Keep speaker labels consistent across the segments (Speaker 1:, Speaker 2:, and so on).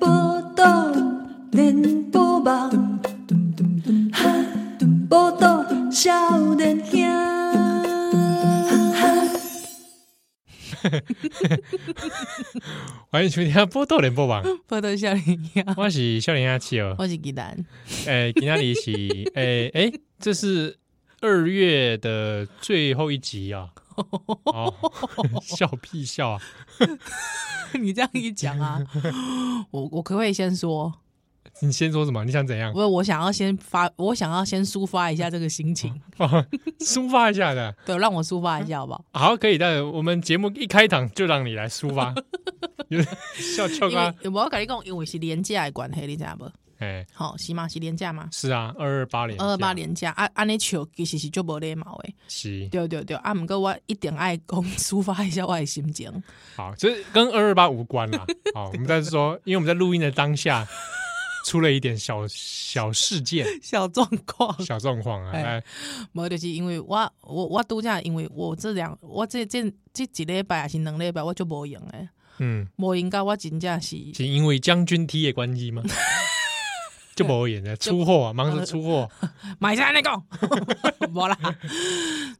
Speaker 1: 报道连波网，报道少年兄。
Speaker 2: 欢迎收听《波豆联播网》，
Speaker 3: 报道笑脸呀，
Speaker 2: 我是笑脸阿七哦。
Speaker 3: 我是鸡蛋，
Speaker 2: 诶，今天里是诶诶，这是二月的最后一集啊！哦， 笑屁笑啊！
Speaker 3: 你这样一讲 啊，我我可不可以先说？
Speaker 2: 你先说什么？你想怎样？
Speaker 3: 不是，我想要先发，我想要先抒发一下这个心 情，
Speaker 2: 哦抒发一下的。
Speaker 3: 对，让我抒发一下好不 好？
Speaker 2: 好，可以的。我们节目一开场就让你来抒发， 有点笑笑
Speaker 3: 因为
Speaker 2: 啊！
Speaker 3: 我要跟你讲，因为是廉价的关系，你知道不？
Speaker 2: 哎，
Speaker 3: 好，是吗？是廉价吗？
Speaker 2: 是啊，二二八年，
Speaker 3: 二二八廉价，啊，安尼笑其实是就无礼貌诶。
Speaker 2: 是
Speaker 3: 对对对，啊，毋过我一定爱讲抒发一下我的心情。
Speaker 2: 好，就是跟二二八无关啦。好，我们在说，因为我们在录音的当下出了一点小小事件、
Speaker 3: 小状况，
Speaker 2: 小状况啊。
Speaker 3: 哎
Speaker 2: 哎，
Speaker 3: 无就是因为我我我拄则因为我这两我这这这一礼拜还是两礼拜我就无用诶。
Speaker 2: 嗯，
Speaker 3: 无应该我真正是
Speaker 2: 是因为将军踢的关 系吗？就无演了，出货啊，忙着出 货。
Speaker 3: 买下那个， 无啦，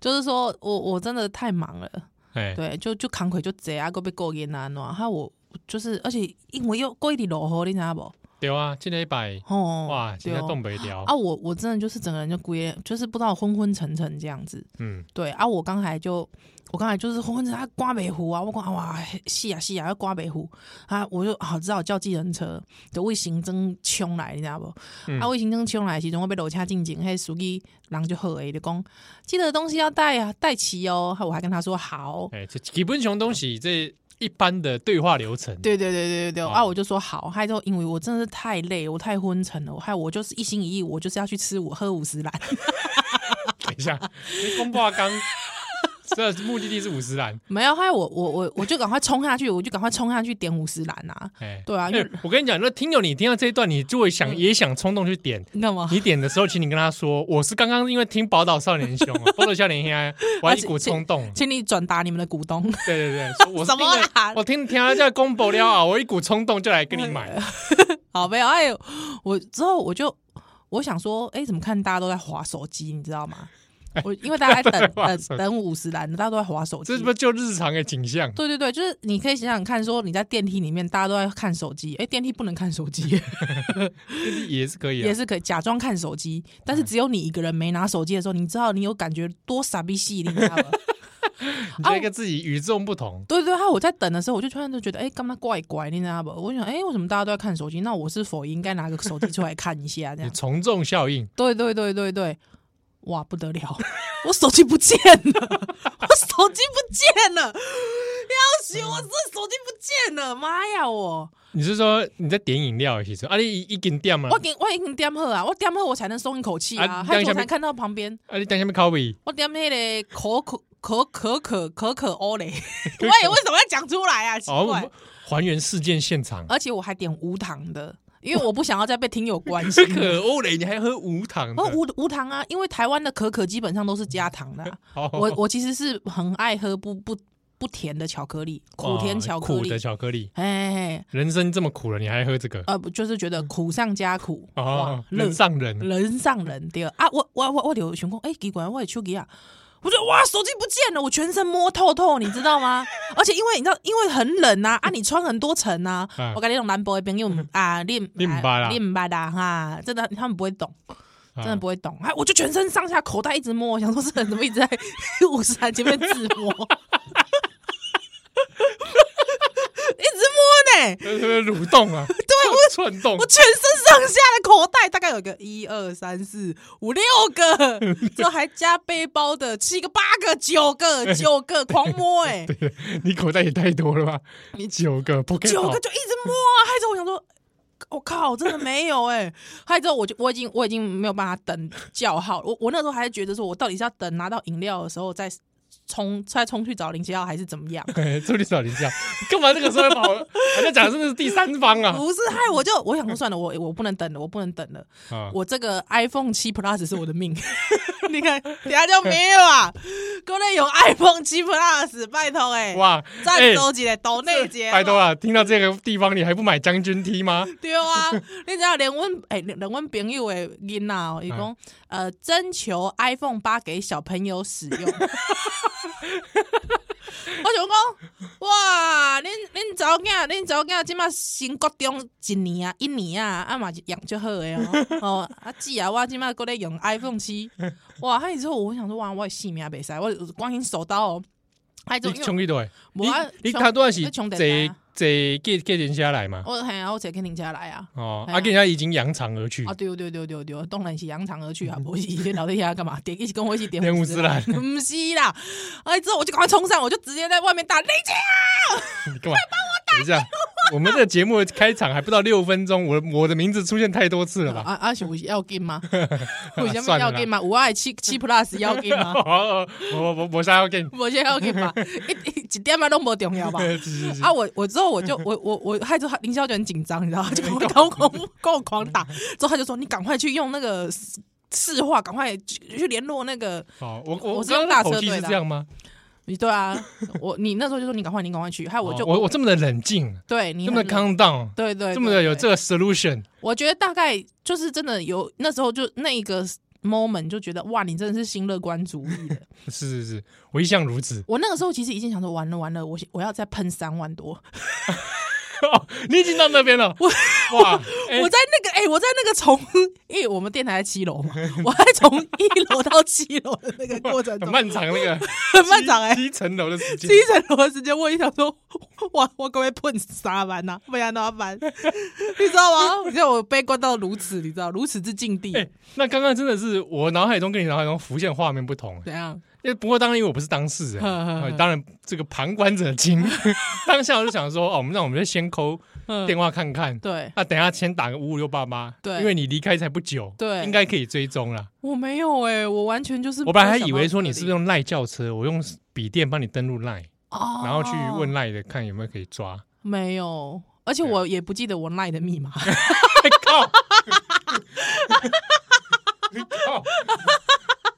Speaker 3: 就是说我我真的太忙了，
Speaker 2: 哎，
Speaker 3: 对，就就扛腿就这啊，个被过瘾啊，喏，还有我就是而且因为又过一点落雨，你知道不？
Speaker 2: 对啊，这礼拜
Speaker 3: 哦，
Speaker 2: 哇，现
Speaker 3: 对
Speaker 2: 在
Speaker 3: 哦
Speaker 2: 东北聊
Speaker 3: 啊，，我我真的就是整个人就归，就是不知道昏昏沉沉这样子，
Speaker 2: 嗯，
Speaker 3: 对啊，我刚才就我刚才就是昏昏沉，啊，刮北湖啊，我讲啊哇，是啊是啊，要刮北湖啊，我就好、只好叫计程车，就为行政冲来，你知道不？
Speaker 2: 嗯
Speaker 3: 啊，为行政冲来的时阵，我被楼下进前，迄司机人就好诶，就讲记得东西要带啊，带齐哦。我还跟他说好，
Speaker 2: 哎，这基本上东西这一般的对话流程，
Speaker 3: 对对对对对对，
Speaker 2: 哦
Speaker 3: 啊，我就说好，害之后因为我真的是太累，我太昏沉了，我害我就是一心一意，我就是要去吃我喝五十兰，
Speaker 2: 等一下，你公布刚，这目的地是五十兰，
Speaker 3: 没有害我我我我就赶快冲下去，我就赶快冲下去点五十兰啊，
Speaker 2: 哎，
Speaker 3: 对啊，因
Speaker 2: 哎
Speaker 3: 为，嗯
Speaker 2: 我跟你讲，那听友你听到这一段，你就会想也想冲动去点。
Speaker 3: 你干嘛？
Speaker 2: 你点的时候，请你跟他说，我是刚刚因为听《宝岛少年兄》啊《宝岛少年兄》， 我还一股冲动，
Speaker 3: 请你转达你们的股东，
Speaker 2: 对对对，说我是
Speaker 3: 什么啊
Speaker 2: 听了
Speaker 3: 啦
Speaker 2: 我听听他在公布了啊，我一股冲动就来跟你 买。
Speaker 3: 好没有？哎呦，我之后我就我想说，哎、怎么看大家都在划手机，你知道吗？我因为大家在等
Speaker 2: 哎 划手
Speaker 3: 等
Speaker 2: 机
Speaker 3: 等五十栏，大家都在划手机
Speaker 2: 这。是不是就日常的景象？
Speaker 3: 对对对，就是你可以想想看，说你在电梯里面大家都在看手机，哎、电梯不能 看手机，
Speaker 2: 也是可以、啊，
Speaker 3: 也是可以假装看手机，
Speaker 2: 嗯
Speaker 3: 但是只有你一个人没拿手机的时候，你知道你有感觉多傻逼戏，你 知道吗？
Speaker 2: 你
Speaker 3: 哦
Speaker 2: 觉得跟自己与众不同。
Speaker 3: 对对，还有我在等的时候，我就突然就觉得，哎、干嘛怪怪，你知道不？我想，哎、为什么大家都在看手机？那我是否应该拿个手机出来看一下？
Speaker 2: 你
Speaker 3: 这样，
Speaker 2: 从众效应，
Speaker 3: 对对对对对，哇，不得了，我手机不见了，我手机不见了，要死，我这手机不见了，妈呀我！
Speaker 2: 你是说你在点饮料的时候，啊，你一一根点嘛
Speaker 3: 我，给我已经点好啊，我点好我才能松一口气
Speaker 2: 啊
Speaker 3: 啊，还
Speaker 2: 等
Speaker 3: 有
Speaker 2: 一
Speaker 3: 我
Speaker 2: 下
Speaker 3: 才看到旁边，
Speaker 2: 啊，你等下面烤味，
Speaker 3: 我点那个可可可可可可可 欧嘞，喂，为什么要讲出来啊？奇
Speaker 2: 哦，我
Speaker 3: 怪
Speaker 2: 们，还原事件现场。
Speaker 3: 而且我还点无糖的，因为我不想要再被听 友关
Speaker 2: 这
Speaker 3: 心。
Speaker 2: 可欧蕾，你还喝无糖的
Speaker 3: 哦，？无无糖啊，因为台湾的可可基本上都是加糖的啊、
Speaker 2: 哦
Speaker 3: 我我其实是很爱喝不不不甜的巧克力，苦甜巧克
Speaker 2: 哦苦
Speaker 3: 力
Speaker 2: 的，巧克力，
Speaker 3: 哎、
Speaker 2: 人生这么苦了，你还喝这个？
Speaker 3: 呃，不就是觉得苦上加苦，
Speaker 2: 哦
Speaker 3: 哇，，
Speaker 2: 人
Speaker 3: 人
Speaker 2: 上人，
Speaker 3: 人上人对啊！我我我我有想讲，哎、奇怪，我的手机啊，我就哇，手机不见了，我全身摸透透，你知道 吗？而且因为你知道，因为很冷呐、啊，你穿很多层呐、
Speaker 2: 嗯
Speaker 3: 我感觉那种南部的朋友啊，你
Speaker 2: 你唔捌啦
Speaker 3: 你唔捌啦哈，真的他们不会懂。
Speaker 2: 啊
Speaker 3: 真 的不会懂，哎，我就全身上下口袋一直摸，我想说这人怎么一直在 五十台前面自摸， 一直摸呢，
Speaker 2: 这是不是蠕 动啊，对， 窜动
Speaker 3: 我，全身上下的口袋大概有个一二三四五 六个，这还加背包的七个八个九个九个狂摸哎、
Speaker 2: 你口袋也太多了吧？你九个 p o c
Speaker 3: 九个就一直摸啊，害着我想说。我、靠，真的没有哎、害着我就我已经我已经没有办法等叫号，我我那时候还觉得说我到底是要等拿到饮料的时候再冲再冲去找林奇耀还是怎么样？
Speaker 2: 助理找林家，干嘛这个时 候跑？人家讲的真的是第三方啊！
Speaker 3: 不是，害我就我想说算了，我我不能等了，我不能等了，
Speaker 2: 啊，
Speaker 3: 我这个 iPhone 七 Plus 是我的命。 你看，等下就没有啊！国内有 iPhone 七 Plus，拜托哎、欸，
Speaker 2: 哇，
Speaker 3: 赞周姐抖内节，哦
Speaker 2: 拜托啊！听到这个地方，你还不买将军 T 吗？
Speaker 3: 对啊，你知道连阮诶、连连阮朋友诶囡仔哦，伊
Speaker 2: 嗯
Speaker 3: 讲呃征求 iPhone 八给小朋友使用。我 想讲，哇，恁恁查某囝，恁查某囝即马升国中一年啊，一年啊，啊嘛养就好诶哦。 哦，啊姊啊，我即马搁咧用 iPhone 七，哇，还之后我想说，哇，我的性命袂使，我光阴手刀哦。还
Speaker 2: 你
Speaker 3: 种，因为
Speaker 2: 穷一对，
Speaker 3: 无啊
Speaker 2: 你你
Speaker 3: 冲
Speaker 2: 他多少是
Speaker 3: 要冲啊
Speaker 2: 坐
Speaker 3: 电
Speaker 2: 坐
Speaker 3: 话
Speaker 2: 给给人家来嘛？
Speaker 3: 我嘿啊，我坐客停车来啊。
Speaker 2: 哦，
Speaker 3: 哎呀
Speaker 2: 啊，给人家已经扬长而去
Speaker 3: 啊，，对对对对对，当然是扬长而
Speaker 2: 嗯
Speaker 3: 去啊！不是以前老在家干嘛？点一起跟我一起点
Speaker 2: 点
Speaker 3: 五
Speaker 2: 五
Speaker 3: 十
Speaker 2: 十
Speaker 3: 啦，
Speaker 2: 啦
Speaker 3: 不是啦！哎，之后我就赶快冲上，我就直接在外面打林姐，
Speaker 2: 你干嘛？等一下，我们这个节目开场还不到六分钟，我我的名字出现太多次了吧？
Speaker 3: 啊啊，是有要 给吗？有什么
Speaker 2: 算了
Speaker 3: 要
Speaker 2: 啦
Speaker 3: 给吗？五爱七七 plus 要给 吗？
Speaker 2: 哦，我我我想要跟你，
Speaker 3: 无啥要 给吗？一一一点嘛啊都无重要吧？
Speaker 2: 是是是
Speaker 3: 啊，我我之后我就我我我害着他林霄就很紧张，你知道 吗？就跟我跟我跟我 跟我狂打，之后他就说你赶快去用那个市话，赶快去去联络那个
Speaker 2: 哦，我我
Speaker 3: 我是
Speaker 2: 刚
Speaker 3: 用
Speaker 2: 刚
Speaker 3: 大
Speaker 2: 的
Speaker 3: 车
Speaker 2: 口气
Speaker 3: 队
Speaker 2: 是
Speaker 3: 的啊
Speaker 2: 这样吗？
Speaker 3: 你对啊，我你那时候就说你赶快，你赶快去，害我就
Speaker 2: 哦我我这么的冷静，
Speaker 3: 对你
Speaker 2: 这么
Speaker 3: 很
Speaker 2: 的
Speaker 3: 冷
Speaker 2: calm down，
Speaker 3: 对对，
Speaker 2: 这么的有
Speaker 3: 对
Speaker 2: 这，个 solution，
Speaker 3: 我觉得大概就是真的有那时候就那一个 moment 就觉得哇，你真的是新乐观主义的。
Speaker 2: 是是是，我一向如此。
Speaker 3: 我那个时候其实已经想说，完了完了，我我要再喷三万多，
Speaker 2: 哦，你已经到那边了，哇！哎
Speaker 3: 我在那个哎、我在那个从因为我们电台在七楼嘛，我还从一楼到七楼的那个过程
Speaker 2: 很
Speaker 3: 中
Speaker 2: 漫长那个
Speaker 3: 很 漫长哎、
Speaker 2: 七层楼的时间
Speaker 3: 第一。层楼的时间，我也想说，哇，我可不可以碰沙班呐、不然怎么办？ 你知道吗？你知道我悲观到如此，你知道如此之境地，
Speaker 2: 哎，那刚刚真的是我脑海中跟你脑海中浮现画面不同。
Speaker 3: 怎样？
Speaker 2: 哎不过当然，因为我不是当事人，
Speaker 3: 呵呵呵
Speaker 2: 呃当然这个旁观者清。 当下我就想说，哦，我们让我们就先抠
Speaker 3: 嗯
Speaker 2: 电话看看。
Speaker 3: 对，
Speaker 2: 那等一下先打个五五六八八，
Speaker 3: 对
Speaker 2: 因为你离开才不久，
Speaker 3: 对
Speaker 2: 应该可以追踪啦。
Speaker 3: 我没有哎、我完全就是
Speaker 2: 我本来还以为说你是不是
Speaker 3: 是，
Speaker 2: 用赖叫车，我用笔电帮你登录赖，
Speaker 3: 哦
Speaker 2: 然后去问啊赖的看有没有可以抓。
Speaker 3: 没有，而且我也不记得我赖的密码，
Speaker 2: 哎靠！你靠！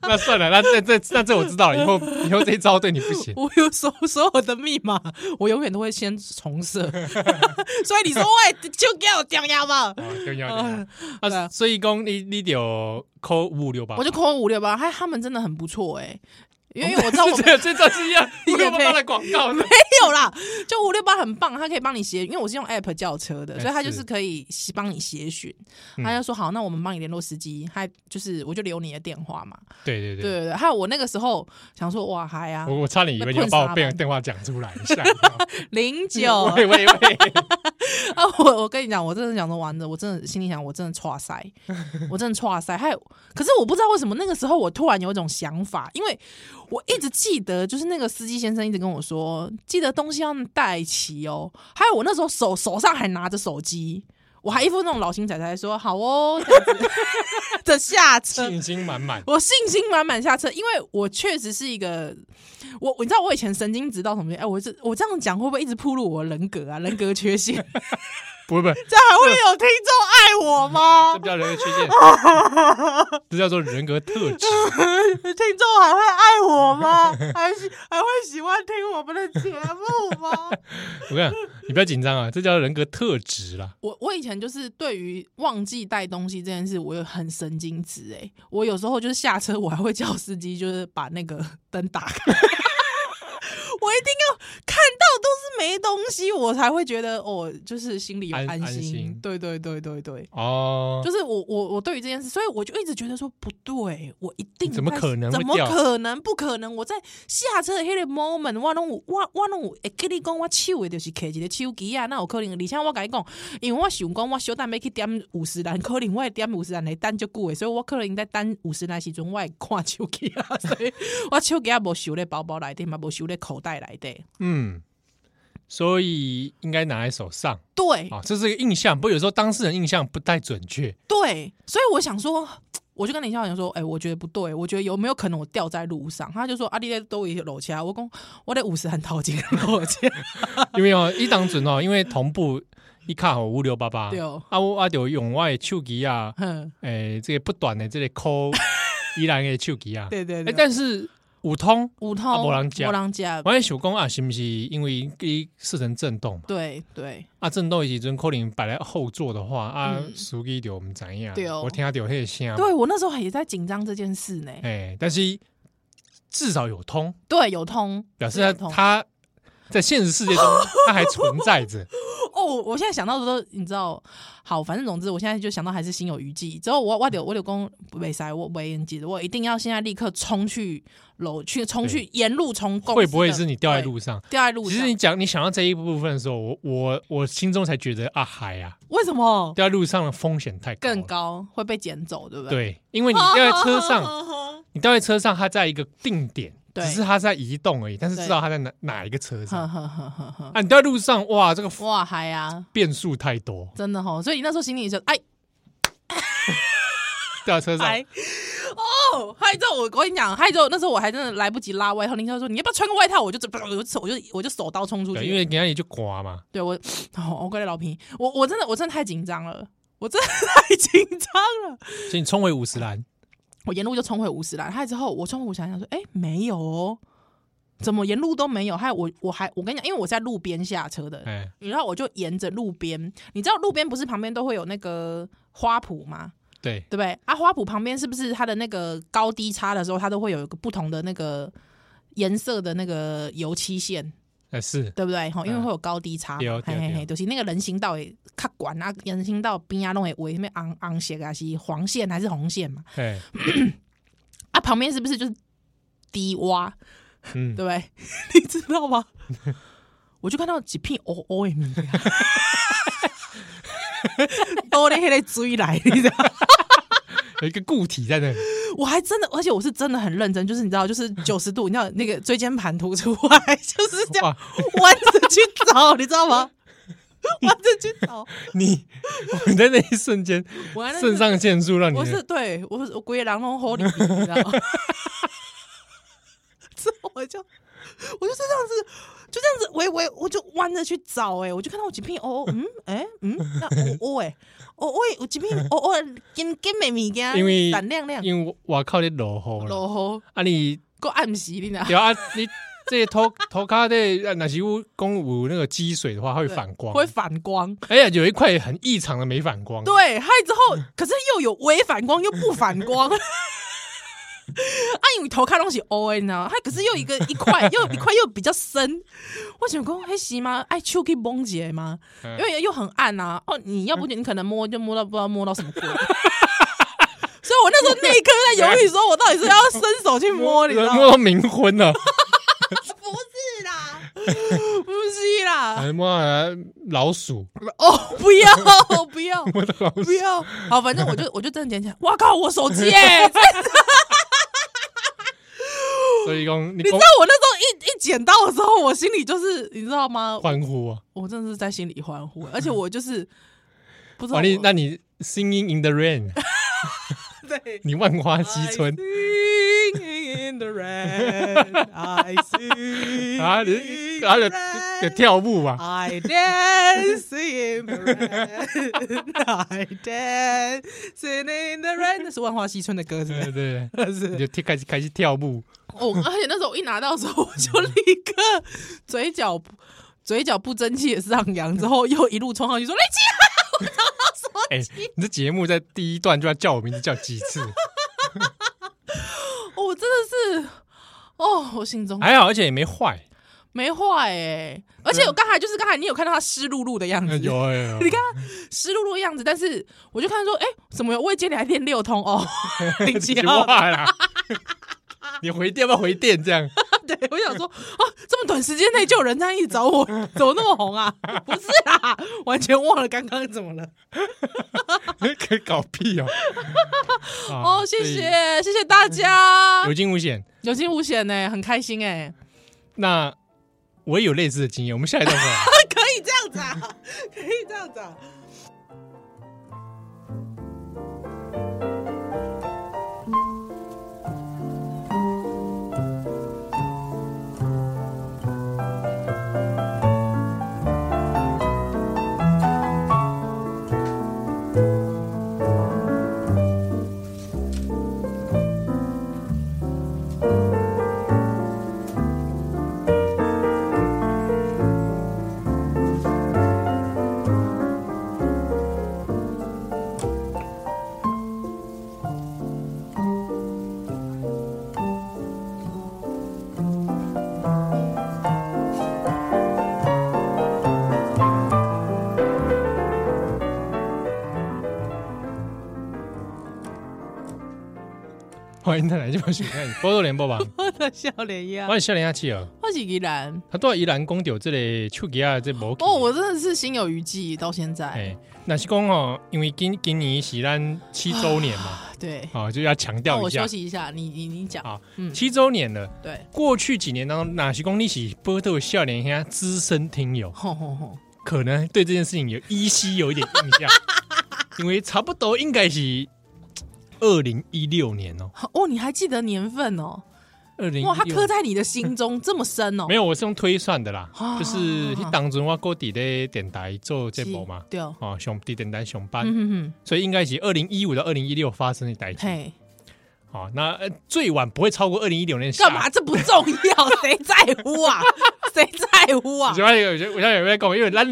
Speaker 2: 那算了，那这这那这我知道了，以后以后这一招对你不 行。
Speaker 3: 我有所所有的密码，我永远都会先重 设，所以你说喂，就给我讲呀嘛。
Speaker 2: 啊，对要
Speaker 3: 啊对啊
Speaker 2: 啊，所以讲你你得有扣五五六八，
Speaker 3: 我就扣五六八，还他们真的很不错哎、因为我知道我
Speaker 2: 哦是
Speaker 3: 们
Speaker 2: 这这这是一样
Speaker 3: 也
Speaker 2: 五六
Speaker 3: 配
Speaker 2: 八的广告 的，
Speaker 3: 没有啦，就五六八很棒，它可以帮你协，因为我是用 app 叫车的，
Speaker 2: 哎
Speaker 3: 所以它就是
Speaker 2: 是
Speaker 3: 可以帮你协询。
Speaker 2: 嗯
Speaker 3: 他就说好，那我们帮你联络司机，还就是我就留你的电话嘛。
Speaker 2: 对对哦
Speaker 3: 对啊
Speaker 2: 对。
Speaker 3: 对对，还有我那个时候想说哇嗨啊
Speaker 2: 我，我差点以为你要把我电电话讲出来一下，
Speaker 3: 零九
Speaker 2: 喂喂喂，
Speaker 3: 啊，我我跟你讲，我真的想说完了，我真的心里想，我真的岔塞，我真的岔塞。还有，可是我不知道为什么那个时候我突然有一种想法，因为我一直记得，就是那个司机先生一直跟我说，记得东西要带齐哦。还有我那时候手手上还拿着手机，我还一副那种老型仔仔说好哦这样子 的下 车。
Speaker 2: 信心满满。
Speaker 3: 我信心满满下车，因为我确实是一个，我你知道我以前神经质到什么地步？哎、我这我这样讲会不会一直暴露我的人格啊？人格缺陷？
Speaker 2: 不不，
Speaker 3: 这样还会有听众爱我吗
Speaker 2: 这？ 不叫人格缺 陷，这叫做人格特质。
Speaker 3: 听众还会爱我吗？还喜还会喜欢听我们的节目吗？
Speaker 2: 我跟你讲，你不要紧张啊，这叫人格特质啦。
Speaker 3: 我我以前就是对于忘记带东西这件事，我有很神经质哎、我有时候就是下车，我还会叫司机就是把那个灯打开。 我一定要看到都是没东西，我才会觉得哦，就是心里有
Speaker 2: 安
Speaker 3: 安
Speaker 2: 安心
Speaker 3: 对对对对对，
Speaker 2: 哦，
Speaker 3: 就是我我我对于这件事，所以我就一直觉得说不对，我一
Speaker 2: 你
Speaker 3: 定
Speaker 2: 怎么
Speaker 3: 在
Speaker 2: 可能会
Speaker 3: 怎么
Speaker 2: 掉
Speaker 3: 可能不可能？我在下车的那个 moment，我拢有我我拢有，会跟你讲我手的就是摕一个手机啊，那有可能。而且我跟你讲，因为我想讲我小蛋要去点五十单，可能我会点五十单来等就久的，所以我可能在等五十单时阵，我会看手机啊，所以我手机啊无收咧包包内底嘛，无收咧口袋内底。
Speaker 2: 嗯，所以应该拿在手上哦
Speaker 3: 对
Speaker 2: 啊，这是一个印象。不过有时候当事人印象不太准确，
Speaker 3: 对，所以我想说，我就跟林校长说，哎、我觉得不对，我觉得有没有可能我掉在路上？他就说，啊，你在都有楼掐，我讲我得五十很头前楼 掐，
Speaker 2: 因为哦，一当准哦，因为同步一卡吼五六八八，
Speaker 3: 对哦
Speaker 2: 啊，我啊就用我的手机啊，
Speaker 3: 哼，
Speaker 2: 诶、这个不短的这个 扣依然的手机啊，
Speaker 3: 对对
Speaker 2: 诶、
Speaker 3: 对，
Speaker 2: 但是五通，
Speaker 3: 五
Speaker 2: 啊
Speaker 3: 通
Speaker 2: 没人吃
Speaker 3: 没人吃
Speaker 2: 我在想讲啊，是不是因为伊四成震动嘛？
Speaker 3: 对对
Speaker 2: 啊，震动的时阵可能摆在后座的话啊，
Speaker 3: 嗯
Speaker 2: 手机就唔知影，
Speaker 3: 对哦
Speaker 2: 我听到迄个声，
Speaker 3: 对，我那时候也在紧张这件事呢。
Speaker 2: 诶、但是至少有通，
Speaker 3: 对，有通，
Speaker 2: 表示他
Speaker 3: 有通
Speaker 2: 他在现实世 界中他还存在着，
Speaker 3: 哦，我现在想到的都你知道，好，反正总之，我现在就想到还是心有余悸。之后我我得我得公北塞我北延记，我一定要现在立刻冲去楼去冲去沿路冲公司的，
Speaker 2: 会不会是你掉在路上？
Speaker 3: 对掉在路
Speaker 2: 其
Speaker 3: 上
Speaker 2: 实？你讲你想到这一部分的时候，我我我心中才觉得啊海啊，
Speaker 3: 为什么
Speaker 2: 掉在路上的风险太高了
Speaker 3: 更。高会被捡走？对不对？
Speaker 2: 对，因为你掉在车 上，
Speaker 3: 上，
Speaker 2: 你掉在车上，它在一个定点，
Speaker 3: 对
Speaker 2: 只是它在移动而已，但是
Speaker 3: 对
Speaker 2: 知道它在哪哪一个车
Speaker 3: 呵
Speaker 2: 上
Speaker 3: 呵呵呵呵，
Speaker 2: 啊。你掉在路上，哇，这个
Speaker 3: 哇嗨啊！
Speaker 2: 变数太多，
Speaker 3: 真的哦，所以你那时候心里就哎
Speaker 2: 掉在车上
Speaker 3: 嗨哦，嗨之后我跟你讲，嗨之后那时候我还真的来不及拉外套，林教授说你要不要穿个外套？我就 这，我就手我就我就手刀冲出去
Speaker 2: 对，
Speaker 3: 了，
Speaker 2: 因为人家也就刮嘛，
Speaker 3: 对我， 哦，我怪老皮，我我真的我真的太紧张了，我真的太紧张了。
Speaker 2: 所以你冲回五十栏，
Speaker 3: 我沿路就冲回五十来，嗨之后我冲回五十来，想说，哎、没有哦，怎么沿路都没有？还有我我还我跟你讲，因为我在路边下车的，
Speaker 2: 哎，
Speaker 3: 然后我就沿着路边，你知道路边不是旁边都会有那个花圃吗？
Speaker 2: 对，
Speaker 3: 对不对？啊，花圃旁边是不是它的那个高低差的时候，它都会有一个不同的那个颜色的那个油漆线？
Speaker 2: 哎是，
Speaker 3: 对不对？吼，因为
Speaker 2: 嗯
Speaker 3: 会有高低差嘛，
Speaker 2: 对对
Speaker 3: 嘿嘿嘿，
Speaker 2: 对
Speaker 3: 就是那个人行道也较管啊，人行道边啊弄会围什么昂昂线啊，是黄线还是红线嘛？
Speaker 2: 哎，
Speaker 3: 啊，旁边是不是就是低洼，
Speaker 2: 嗯
Speaker 3: 对，不对？ 你知道吗？ 我就看到几片哦哦的物件， 都咧哦迄个追来，你知道？
Speaker 2: 有一个固体在那里，
Speaker 3: 我还真的，而且我是真的很认真，就是你知道，就是九十度，你知道那个椎间盘突出来，就是这样
Speaker 2: 哇，
Speaker 3: 弯着去找，你知道吗？弯着去找，
Speaker 2: 你 我在那一瞬间
Speaker 3: 我还在
Speaker 2: 肾上腺素让你
Speaker 3: 我是对我是我鬼狼龙吼你，你知道吗？ 之后我就我就是这样子，就这样子微微，我就弯着去找、欸，我就看到我几片哦，哦嗯，哎、嗯，那哦哦，哎，哦哦，有几片哦哦，金金的物件，
Speaker 2: 因为
Speaker 3: 闪亮亮，
Speaker 2: 因为我靠你落雨了，
Speaker 3: 落雨
Speaker 2: 啊你
Speaker 3: 够暗时你呢？
Speaker 2: 对啊， 你这头头卡的那是有公有那个积水的话，它会反光，
Speaker 3: 会反光，
Speaker 2: 哎呀，有一块很异常的没反光，
Speaker 3: 对，还之后可是又有微反光又不反光。啊，因为头看东西 O N 啊，它可是又一个一 块，又一块又比较深。我想讲，还行吗？哎，手可以崩解吗？
Speaker 2: 嗯
Speaker 3: 因为又很暗啊。哦，你要不就你可能摸就摸到不知道摸到 什么鬼。所以我那时候那一刻在犹豫，说我到底是要伸手去摸，你知道吗？
Speaker 2: 摸到冥婚 了，
Speaker 3: 不是啦，不是啦。
Speaker 2: 还摸到哎老鼠，
Speaker 3: 哦，不要，不要。
Speaker 2: 摸到老鼠
Speaker 3: 不，要，好，反正我就我就真的捡起来，哇靠，我手机耶！真的
Speaker 2: 所以讲你
Speaker 3: 你知
Speaker 2: 讲
Speaker 3: 道我那时候一一捡到的时候，我心里就是你知道吗？
Speaker 2: 欢呼啊，
Speaker 3: 我真的是在心里欢呼，而且我就是不知
Speaker 2: 哇
Speaker 3: 道我
Speaker 2: 你那你 Singing in the rain，
Speaker 3: 对。
Speaker 2: 你万花西村
Speaker 3: I sing in the rain, I sing
Speaker 2: 啊，
Speaker 3: in
Speaker 2: 你
Speaker 3: the
Speaker 2: 啊有
Speaker 3: rain,
Speaker 2: 有跳舞嘛，
Speaker 3: I dance in the rain, I dance in the rain。那是万花西村的 歌，是
Speaker 2: 对
Speaker 3: 不是
Speaker 2: 对对，
Speaker 3: 真的是
Speaker 2: 你就跳开始开始跳舞，
Speaker 3: 哦，而且那时候我一拿到的时候，我就立刻嘴角不嘴角不争气的上扬，之后又一路冲上去说：“雷奇啊，
Speaker 2: 哎，你这节目在第一段就要叫我名字叫几次，
Speaker 3: 哦我真的是，哦，我心中
Speaker 2: 还好，而且也没坏，
Speaker 3: 没坏哎、而且我刚才就是刚才你有看到他湿漉漉的样
Speaker 2: 嗯呃有
Speaker 3: 子，
Speaker 2: 有有，
Speaker 3: 你看他湿漉漉的样子，但是我就看说，哎、怎么有未接你还练六 通哦？林奇
Speaker 2: 你
Speaker 3: 啊，
Speaker 2: 哇啦，你回电要不要回电这样？
Speaker 3: 对我想说，啊，这么短时间内就有人这样一直找我，怎么那么红啊？ 不是啦，完全忘了刚刚怎么了。
Speaker 2: 可以搞屁哦！啊
Speaker 3: 哦，谢，谢谢谢大家
Speaker 2: 所以，有惊无险。
Speaker 3: 有惊无险呢、很开心哎、
Speaker 2: 那我也有类似的经验，我们下一段再来。
Speaker 3: 可以这样子啊，可以这样子啊。
Speaker 2: 欢迎再来这把选看，波多连播吧，
Speaker 3: 我的 笑脸呀
Speaker 2: 我，是笑脸下去哦。
Speaker 3: 我是依然。
Speaker 2: 他都宜兰公掉这类手机啊，这无
Speaker 3: 哦，我真的是心有余悸到现在。
Speaker 2: 哎，那是讲哦，因为今今年是咱七周年 嘛，
Speaker 3: 对，
Speaker 2: 啊，就要强
Speaker 3: 那
Speaker 2: 调
Speaker 3: 哦我
Speaker 2: 一下
Speaker 3: 休，息一下，你你你讲。
Speaker 2: 好
Speaker 3: 嗯，
Speaker 2: 七周年了。
Speaker 3: 对，
Speaker 2: 过去几年当中，哪些公你是波多笑脸下资深听友，
Speaker 3: 吼吼吼，
Speaker 2: 可能对这件事情有依稀有一点印 象，因为差不多应该是二零一六年哦，
Speaker 3: 哦，你还记得年份哦？
Speaker 2: 二零
Speaker 3: 哇，它刻在你的心中这么深哦。
Speaker 2: 没有，我是用推算的啦，
Speaker 3: 啊
Speaker 2: 就是你当中我过底的电台做这波嘛
Speaker 3: 是，对哦，
Speaker 2: 哦，上地电台上班，
Speaker 3: 嗯哼哼，
Speaker 2: 所以应该是二零一五到二零一六发生的代际，
Speaker 3: 嘿，
Speaker 2: 哦，那呃最晚不会超过二零一六年
Speaker 3: 干嘛？
Speaker 2: 下。
Speaker 3: 这不重要，谁在乎啊？谁在乎
Speaker 2: 我
Speaker 3: 啊？
Speaker 2: 觉得有，我现在有在讲，因为咱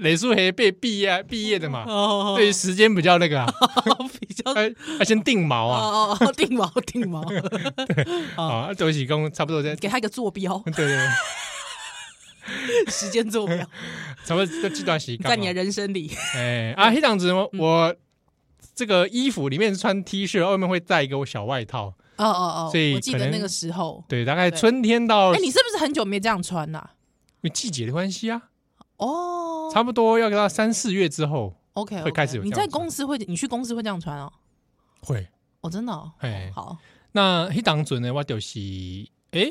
Speaker 2: 雷树黑被毕业毕业的嘛，
Speaker 3: 哦，
Speaker 2: 对于时间比较那个啊，
Speaker 3: 比 较
Speaker 2: 他他先定锚啊，
Speaker 3: 哦哦哦，定毛 定毛，
Speaker 2: 啊，都是讲差不多在，对
Speaker 3: 给他一个坐 标，
Speaker 2: 对对。
Speaker 3: 时间坐标，
Speaker 2: 差不多就这段时间嘛。
Speaker 3: 在你的人嗯生里，
Speaker 2: 哎啊，黑当子我我这个衣服里面穿 T 恤，外面会带一个小外套。
Speaker 3: 哦哦哦，
Speaker 2: 所以
Speaker 3: 我记
Speaker 2: 可
Speaker 3: 得
Speaker 2: 能哦
Speaker 3: 那个时候，
Speaker 2: 对，大概春天到
Speaker 3: 哎，你是不是很久没这样穿啦？
Speaker 2: 因为季节的关系啊，
Speaker 3: 哦
Speaker 2: 差不多要到三四月之后
Speaker 3: ，OK，
Speaker 2: 会开始有
Speaker 3: 你
Speaker 2: 这样
Speaker 3: 在
Speaker 2: 子穿
Speaker 3: 公司会，你去公司会这样穿哦？
Speaker 2: 会。
Speaker 3: 哦，真的哦，
Speaker 2: 哎，
Speaker 3: 好，
Speaker 2: 那黑当子呢，我就是哎，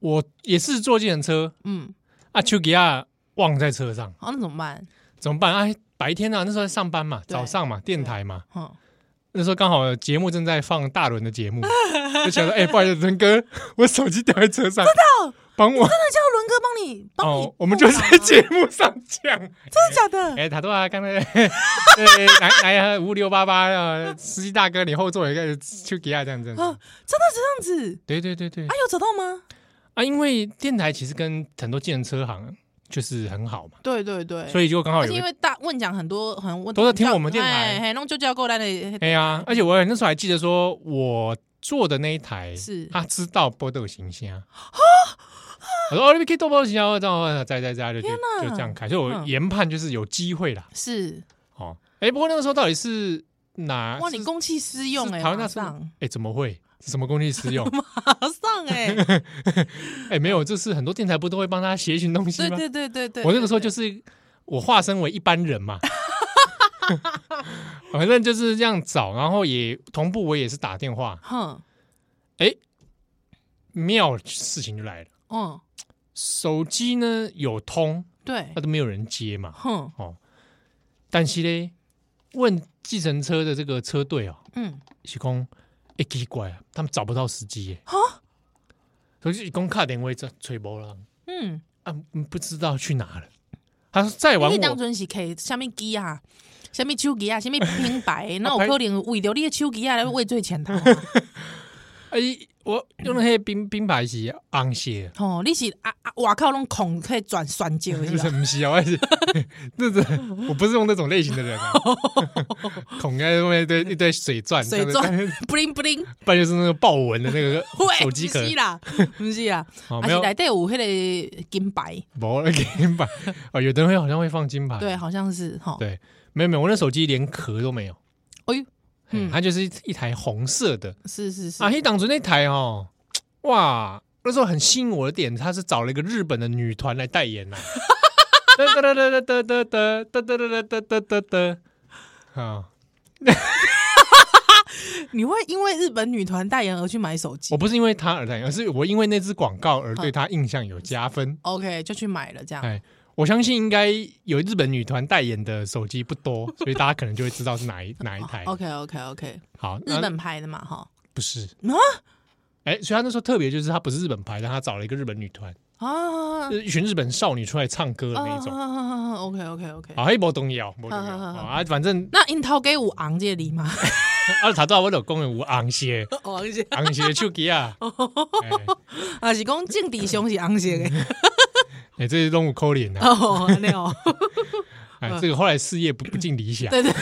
Speaker 2: 我也是坐计程车
Speaker 3: 嗯，
Speaker 2: 啊，丘吉亚忘在车上
Speaker 3: 好，那怎么办？
Speaker 2: 怎么办啊？白天啊，那时候在上班嘛，
Speaker 3: 对
Speaker 2: 早上嘛，电台嘛，
Speaker 3: 嗯，
Speaker 2: 那时候刚好节目正在放大轮的节目，就想说，哎、不好意思，仁哥，我手机掉在车上，真的，帮我
Speaker 3: 那叫伦哥帮你帮你
Speaker 2: 哦，，我们就在节目上讲。
Speaker 3: 真的假 的？
Speaker 2: 哎、塔多啊，刚才呃，来来啊，五六八八啊，司机大哥，你后座有一个丘吉亚这样子，
Speaker 3: 啊，真的是这样子？
Speaker 2: 对对对对
Speaker 3: 啊，有找到吗？
Speaker 2: 啊，因为电台其实跟很多计程车行就是很好嘛，
Speaker 3: 对对对，
Speaker 2: 所以就刚好
Speaker 3: 而
Speaker 2: 哦有
Speaker 3: 且
Speaker 2: 一
Speaker 3: 因
Speaker 2: 个。
Speaker 3: 为大问讲很多很问，
Speaker 2: 都在听我们电台
Speaker 3: 哎嘿，弄就叫过来的，
Speaker 2: 哎呀，而且我那时候还记得说，我坐的那一台
Speaker 3: 是
Speaker 2: 他知道波豆行星啊。我说哦，你们可以豆波形象，这样哦在在在就就
Speaker 3: 天哪
Speaker 2: 就这样开，所以我
Speaker 3: 嗯
Speaker 2: 研判就是有机会啦。
Speaker 3: 是
Speaker 2: 哦，哎，不过那个时候到底是哪？
Speaker 3: 哇，
Speaker 2: 啊是
Speaker 3: 你公器私用
Speaker 2: 是
Speaker 3: 哎，
Speaker 2: 台湾
Speaker 3: 马
Speaker 2: 那时候
Speaker 3: 上
Speaker 2: 哎怎么会？什么工具使用？
Speaker 3: 马 上哎，
Speaker 2: 哎，没有，就是很多电台不都会帮他写一些东西
Speaker 3: 对
Speaker 2: 吗？
Speaker 3: 对对对对，
Speaker 2: 我那个时候
Speaker 3: 对
Speaker 2: 就
Speaker 3: 对
Speaker 2: 是我化身为一般人嘛， 反正就是这样找，然后也同步，我也是打电话，
Speaker 3: 哼
Speaker 2: 妙事情就来了。
Speaker 3: 嗯
Speaker 2: 手机呢有通，
Speaker 3: 对
Speaker 2: 那都没有人接嘛。
Speaker 3: 哼
Speaker 2: 哦，但是嘞，问计程车的这个车队哦，
Speaker 3: 嗯
Speaker 2: 是讲哎奇怪啊，他们找不到司机耶。
Speaker 3: 哈
Speaker 2: 所以讲卡点位这吹波浪
Speaker 3: 嗯，
Speaker 2: 啊，嗯不知道去哪了。他说再晚
Speaker 3: 你当
Speaker 2: 我
Speaker 3: 阵是可以下面机啊。什么手机啊，什么 品牌？那我
Speaker 2: 拍
Speaker 3: 可能为着你的手机 啊来畏罪潜逃啊。
Speaker 2: 哎，我用那些冰冰牌是红鞋，
Speaker 3: 哦，你 是啊啊，外口拢孔可以转转接
Speaker 2: 不
Speaker 3: 是
Speaker 2: 是
Speaker 3: 吧？
Speaker 2: 不是啊，我是那种我不是用 那种类型的人 啊，孔在外面一堆一堆水钻，
Speaker 3: 水钻 ，bling bling，
Speaker 2: 不然就是那个豹纹的那个
Speaker 3: 喂，
Speaker 2: 啊手机壳
Speaker 3: 不，是啦，不是啦，
Speaker 2: 哦，
Speaker 3: 而
Speaker 2: 没
Speaker 3: 是
Speaker 2: 有，
Speaker 3: 内底有迄个金牌，
Speaker 2: 没了金牌哦，有的人会好像会放金牌，
Speaker 3: 对，好像是哈。
Speaker 2: 对，没有没有，我那手机连壳都没有，
Speaker 3: 哎呦，嗯
Speaker 2: 嗯，它就是一一台红色的
Speaker 3: 是是是
Speaker 2: 啊，，黑党主那台哦，哇，那时候很吸引我的点，它是找了一个日本的女团来代 言呐，哒哒哒哒哒哒哒哒哒哒哒哒哒哒，啊。
Speaker 3: 你会因为日本女团代言而去买手机
Speaker 2: 我不是因为他而代言，而是我因为那支广告而对他印象有加分。
Speaker 3: ？OK，就去买了这样。
Speaker 2: 哎，我相信应该有日本女团代言的手机不多，所以大家可能就会知道是哪 一哪一台。
Speaker 3: 哦 OK OK OK，
Speaker 2: 好，
Speaker 3: 日
Speaker 2: 那
Speaker 3: 本牌的嘛哈
Speaker 2: 不是
Speaker 3: 啊
Speaker 2: 哎，所以他那时候特别就是他不是日本牌，但他找了一个日本女团，
Speaker 3: 啊
Speaker 2: 就是一群日本少女出来唱歌的那一种。
Speaker 3: 啊！OK OK OK，
Speaker 2: 啊，黑波东摇，没重要
Speaker 3: 好好好
Speaker 2: 啊，啊反正
Speaker 3: 那樱桃给我昂这里吗？
Speaker 2: 啊，查到我老公有红鞋，
Speaker 3: 昂些
Speaker 2: 红鞋手机啊，
Speaker 3: 哦
Speaker 2: 哎
Speaker 3: 啊，是讲政治上是昂些的
Speaker 2: 哎，这是动物扣 脸啊，
Speaker 3: 哦，那哦，
Speaker 2: 哎，这个后来事业不不尽理想，
Speaker 3: 对对，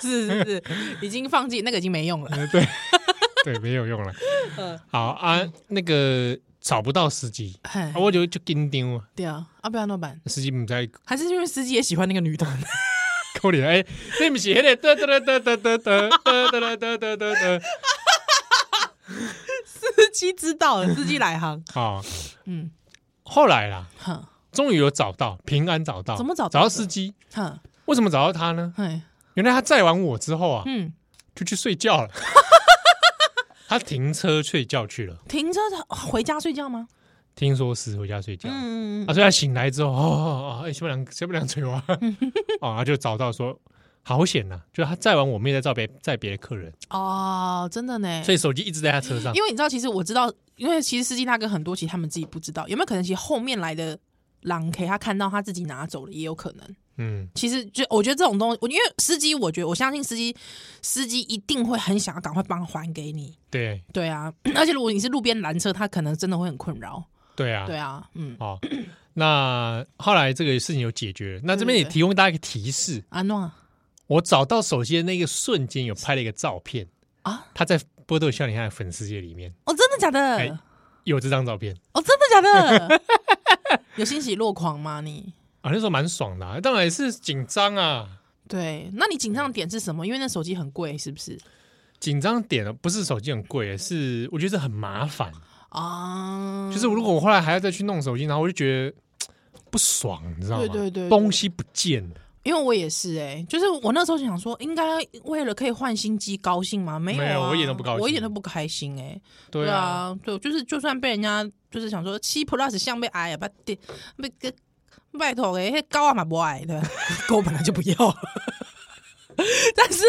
Speaker 3: 是是是，已经放弃那个已经没用了。
Speaker 2: 呃对对，没有 用了。
Speaker 3: 嗯
Speaker 2: 好啊，那个找不到司机，
Speaker 3: 嘿
Speaker 2: 啊、我就就紧张啊，
Speaker 3: 对啊，啊，不然怎么办？
Speaker 2: 司机不在
Speaker 3: 还是因为司机也喜欢那个女团？
Speaker 2: 扣脸，哎、对不起，那个得得得得得得得得得得得得得，
Speaker 3: 司机知道了，司机来航，
Speaker 2: 啊。
Speaker 3: 嗯，
Speaker 2: 后来啦，
Speaker 3: 哼
Speaker 2: 终于有找到，平安找到，
Speaker 3: 怎么找到
Speaker 2: 找到
Speaker 3: 的
Speaker 2: 司机？
Speaker 3: 哼，
Speaker 2: 为什么找到他呢？
Speaker 3: 嘿，
Speaker 2: 原来他载完我之后啊，
Speaker 3: 嗯，
Speaker 2: 就去睡觉了。 他停车睡觉去了，
Speaker 3: 停车回家睡觉吗？
Speaker 2: 听说是回家睡觉。
Speaker 3: 嗯嗯
Speaker 2: 啊，所以他醒来之后，哦哦哦，哎，小不良，小不良吹 我啊，哦，他就找到说，好险呐、就是他载完我妹在载别载别的客人，
Speaker 3: 哦，真的呢，
Speaker 2: 所以啊手机一直在他车上。
Speaker 3: 因为你知道，其实我知道，因为其实司机大哥很多，其实他们自己不知道，有没有可能其实后面来的狼 K 他看到他自己拿走了，也有可能。
Speaker 2: 嗯，
Speaker 3: 其实就我觉得这种东西，我因为司机，我觉得我相信司机，司机一定会很想要赶快帮还给你。
Speaker 2: 对
Speaker 3: 对啊， 而且如果你是路边拦车，他可能真的会很困扰。
Speaker 2: 对啊，
Speaker 3: 对啊，嗯，
Speaker 2: 哦，那后来这个事情有解决了，那这边也
Speaker 3: 对对对
Speaker 2: 提供大家一个提示，
Speaker 3: 安诺啊
Speaker 2: 我找到手机的那个瞬间有拍了一个照片
Speaker 3: 啊，
Speaker 2: 他在波豆笑脸下的粉丝页里面
Speaker 3: 哦，真的假的？
Speaker 2: 哎有这张照片
Speaker 3: 哦，真的假 的？有欣喜若狂吗？你
Speaker 2: 啊，那时候蛮爽的、啊，当然也是紧张啊，
Speaker 3: 对，那你紧张的点是什么？因为那手机很贵，是不是？
Speaker 2: 紧张点了，不是手机很贵，是我觉得很麻烦。
Speaker 3: 啊，
Speaker 2: 就是如果我后来还要再去弄手机，然后我就觉得不爽，你知道吗？
Speaker 3: 对对对对
Speaker 2: 东西不见了，
Speaker 3: 因为我也是哎、就是我那时候就想说，应该为了可以换新机高兴吗？没有、啊，
Speaker 2: 没有我一点都不高兴
Speaker 3: 我一点都不开心哎、
Speaker 2: 对啊，
Speaker 3: 啊，对，就是就算被人家就是想说七 plus 像被矮啊，把点被个拜托哎、那高啊嘛不矮 的，狗本来就不要。 但是，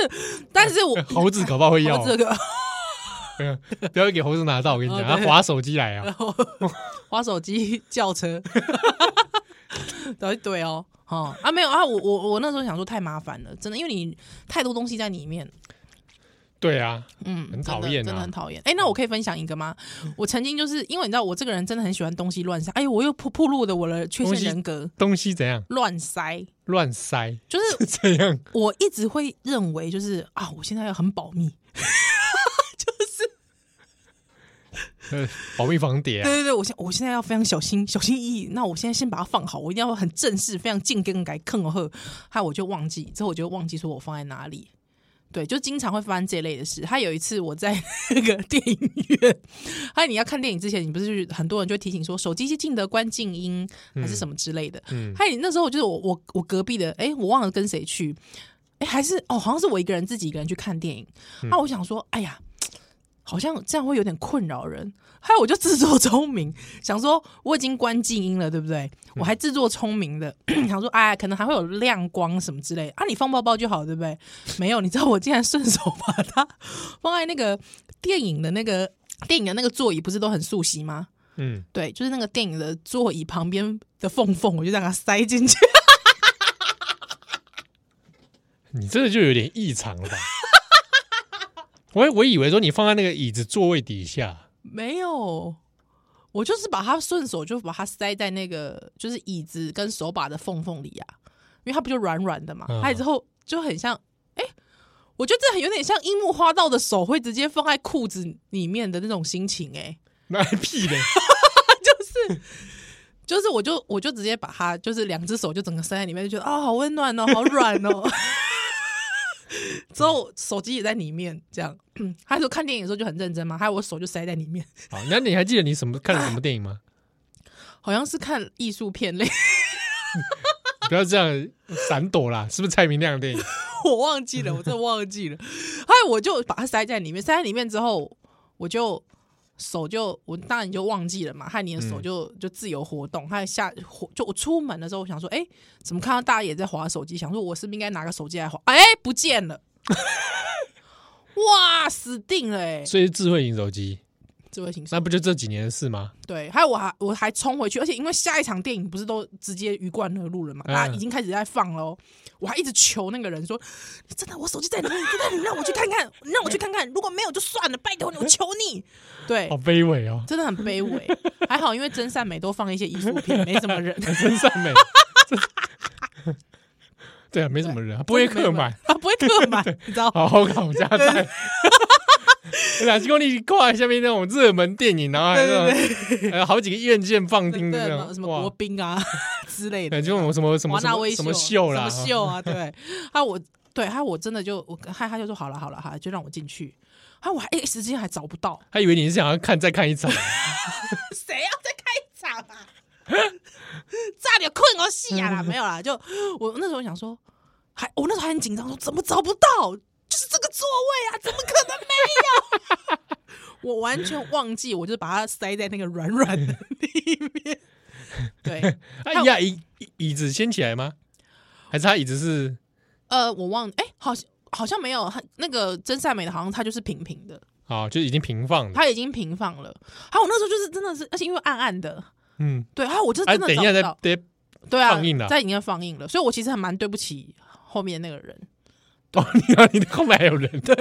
Speaker 3: 但是我
Speaker 2: 猴子搞不好会要
Speaker 3: 我，这个
Speaker 2: 嗯不要给猴子拿到，我跟你讲，
Speaker 3: 哦
Speaker 2: 他
Speaker 3: 对
Speaker 2: 划手机来啊，
Speaker 3: 滑手机叫车，对对哦，哦啊没有啊，我我我那时候想说太麻烦了，真的，因为你太多东西在里面，
Speaker 2: 对啊，
Speaker 3: 嗯，
Speaker 2: 很
Speaker 3: 真
Speaker 2: 讨
Speaker 3: 的
Speaker 2: 厌
Speaker 3: 真
Speaker 2: 啊嗯
Speaker 3: 的很讨厌。哎、那我可以分享一个吗？我曾经就是因为你知道我这个人真的很喜欢东西乱塞，哎，我又暴暴露了我的缺
Speaker 2: 东西
Speaker 3: 陷人格，
Speaker 2: 东西怎样
Speaker 3: 乱塞。
Speaker 2: 乱塞
Speaker 3: 就是
Speaker 2: 这样，
Speaker 3: 我一直会认为，就是啊，我现在要很保密，
Speaker 2: 呃，保密防谍啊
Speaker 3: 对，对对，我现我现在要非常小心，小心翼翼。那我现在先把它放好，我一定要很正式，非常进跟改坑哦呵。害我就忘记，之后我就忘记说我放在哪里。对，就经常会发生这类的事。还有一次我在那个电影院， 还有你要看电影之前，你不是很多人就会提醒说手机是记得关静音还是什么之类的。
Speaker 2: 嗯
Speaker 3: 还有那时候就是我我我隔壁的，哎，我忘了跟谁去，哎，还是哦，好像是我一个人自己一个人去看电影。
Speaker 2: 嗯
Speaker 3: 那、我想说，哎呀，好像这样会有点困扰人。还有，我就自作聪明， 想说我已经关静音了，对不对？我还自作聪明的 想说，哎，可能还会有亮光什么之类的啊，你放包包就好，对不对？ 没有，你知道我竟然顺手把它放在那个电影的那个电影的那个座椅，不是都很熟悉吗？
Speaker 2: 嗯，
Speaker 3: 对，就是那个电影的座椅旁边的缝缝，我就让它塞进去。
Speaker 2: 你这个就有点异常 了吧？我我以为说你放在那个椅子座位底下，
Speaker 3: 没有，我就是把它顺手就把它塞在那个就是椅子跟手把的缝缝里啊，因为它不就软软的嘛，
Speaker 2: 嗯
Speaker 3: 它之后就很像，哎、我觉得这很有点像樱木花道的手会直接放在裤子里面的那种心情、哎，
Speaker 2: 那还屁嘞，
Speaker 3: 就是我就我就直接把它就是两只手就整个塞在里面，就觉得啊、好温暖哦，好软哦。 之后手机也在里面，这样。 他说看电影的时候就很认真嘛，还有我手就塞在里面，
Speaker 2: 好，哦那你还记得你什么看了什么电影吗？
Speaker 3: 好像是看艺术片类。
Speaker 2: 不要这样闪躲啦，是不是蔡明亮的电影？
Speaker 3: 我忘记了，我真的忘记了。后来我就把它塞在里面，塞在里面之后，我就手就我当然就忘记了嘛，害你的
Speaker 2: 嗯
Speaker 3: 手就、就自由活动。害下就我出门的时候，我想说，哎、怎么看到大家也在划手机？想说我是不是应该拿个手机来划？哎、不见了！ 哇，死定了哎、欸！
Speaker 2: 所以是智慧型手机，
Speaker 3: 智慧型手
Speaker 2: 那不就这几年的事吗？
Speaker 3: 对，还有我还我还冲回去，而且因为下一场电影不是都直接鱼贯而入了嘛，
Speaker 2: 嗯
Speaker 3: 大家已经开始在放喽。我还一直求那个人说：“你真的我手机在里面，你真的你让我去看看，你让我去看看，如果没有就算了，拜托你，我求 你。”对
Speaker 2: 好，卑微哦，
Speaker 3: 真的很卑 微。还好因为真善美都放一些艺术品，没什么人，
Speaker 2: 真善 美。对啊，没什么人， 不会客满，哦
Speaker 3: 啊，不会 客满，你知道？
Speaker 2: 好好搞加 载。两千公里挂在下面那种热门电影，然后还有还有好几个院线放
Speaker 3: 对
Speaker 2: 映的那种，
Speaker 3: 什么国宾啊 之类的
Speaker 2: 对，。就我什么什么
Speaker 3: 华
Speaker 2: 什
Speaker 3: 纳威
Speaker 2: 么
Speaker 3: 秀
Speaker 2: 什么秀啦，哦
Speaker 3: 什么秀啊？对，啊我对，他我真的就我害他就说好了好了哈，就让我进去。啊，我还一时间还找不到，
Speaker 2: 他以为你是想要看再看一场，
Speaker 3: 谁要再开一场 啊？炸点困我戏啊啦，没有啦，就 我那时候想说，还我那时候还很紧张，说怎么找不到？就是这个座位啊，怎么可能没有？ 我完全忘记，我就把它塞在那个软软的 里面。对，
Speaker 2: 他呀椅椅椅子掀起来吗？还是他椅子是
Speaker 3: 呃，我忘，哎、好像好像没有，它那个真善美的，好像它就是平平的，
Speaker 2: 啊、就已经平放的？
Speaker 3: 它已经平放了。还有我那时候就是真的是，而且因为暗暗的，
Speaker 2: 嗯，
Speaker 3: 对，还有我就
Speaker 2: 哎、
Speaker 3: 真的
Speaker 2: 等一
Speaker 3: 找
Speaker 2: 下
Speaker 3: 不
Speaker 2: 再
Speaker 3: 到。
Speaker 2: 再
Speaker 3: 对啊，
Speaker 2: 放映了
Speaker 3: 在影院放映了，所以我其实还蛮对不起后面那个 人，
Speaker 2: 哦，你看你的后面还有人， 对，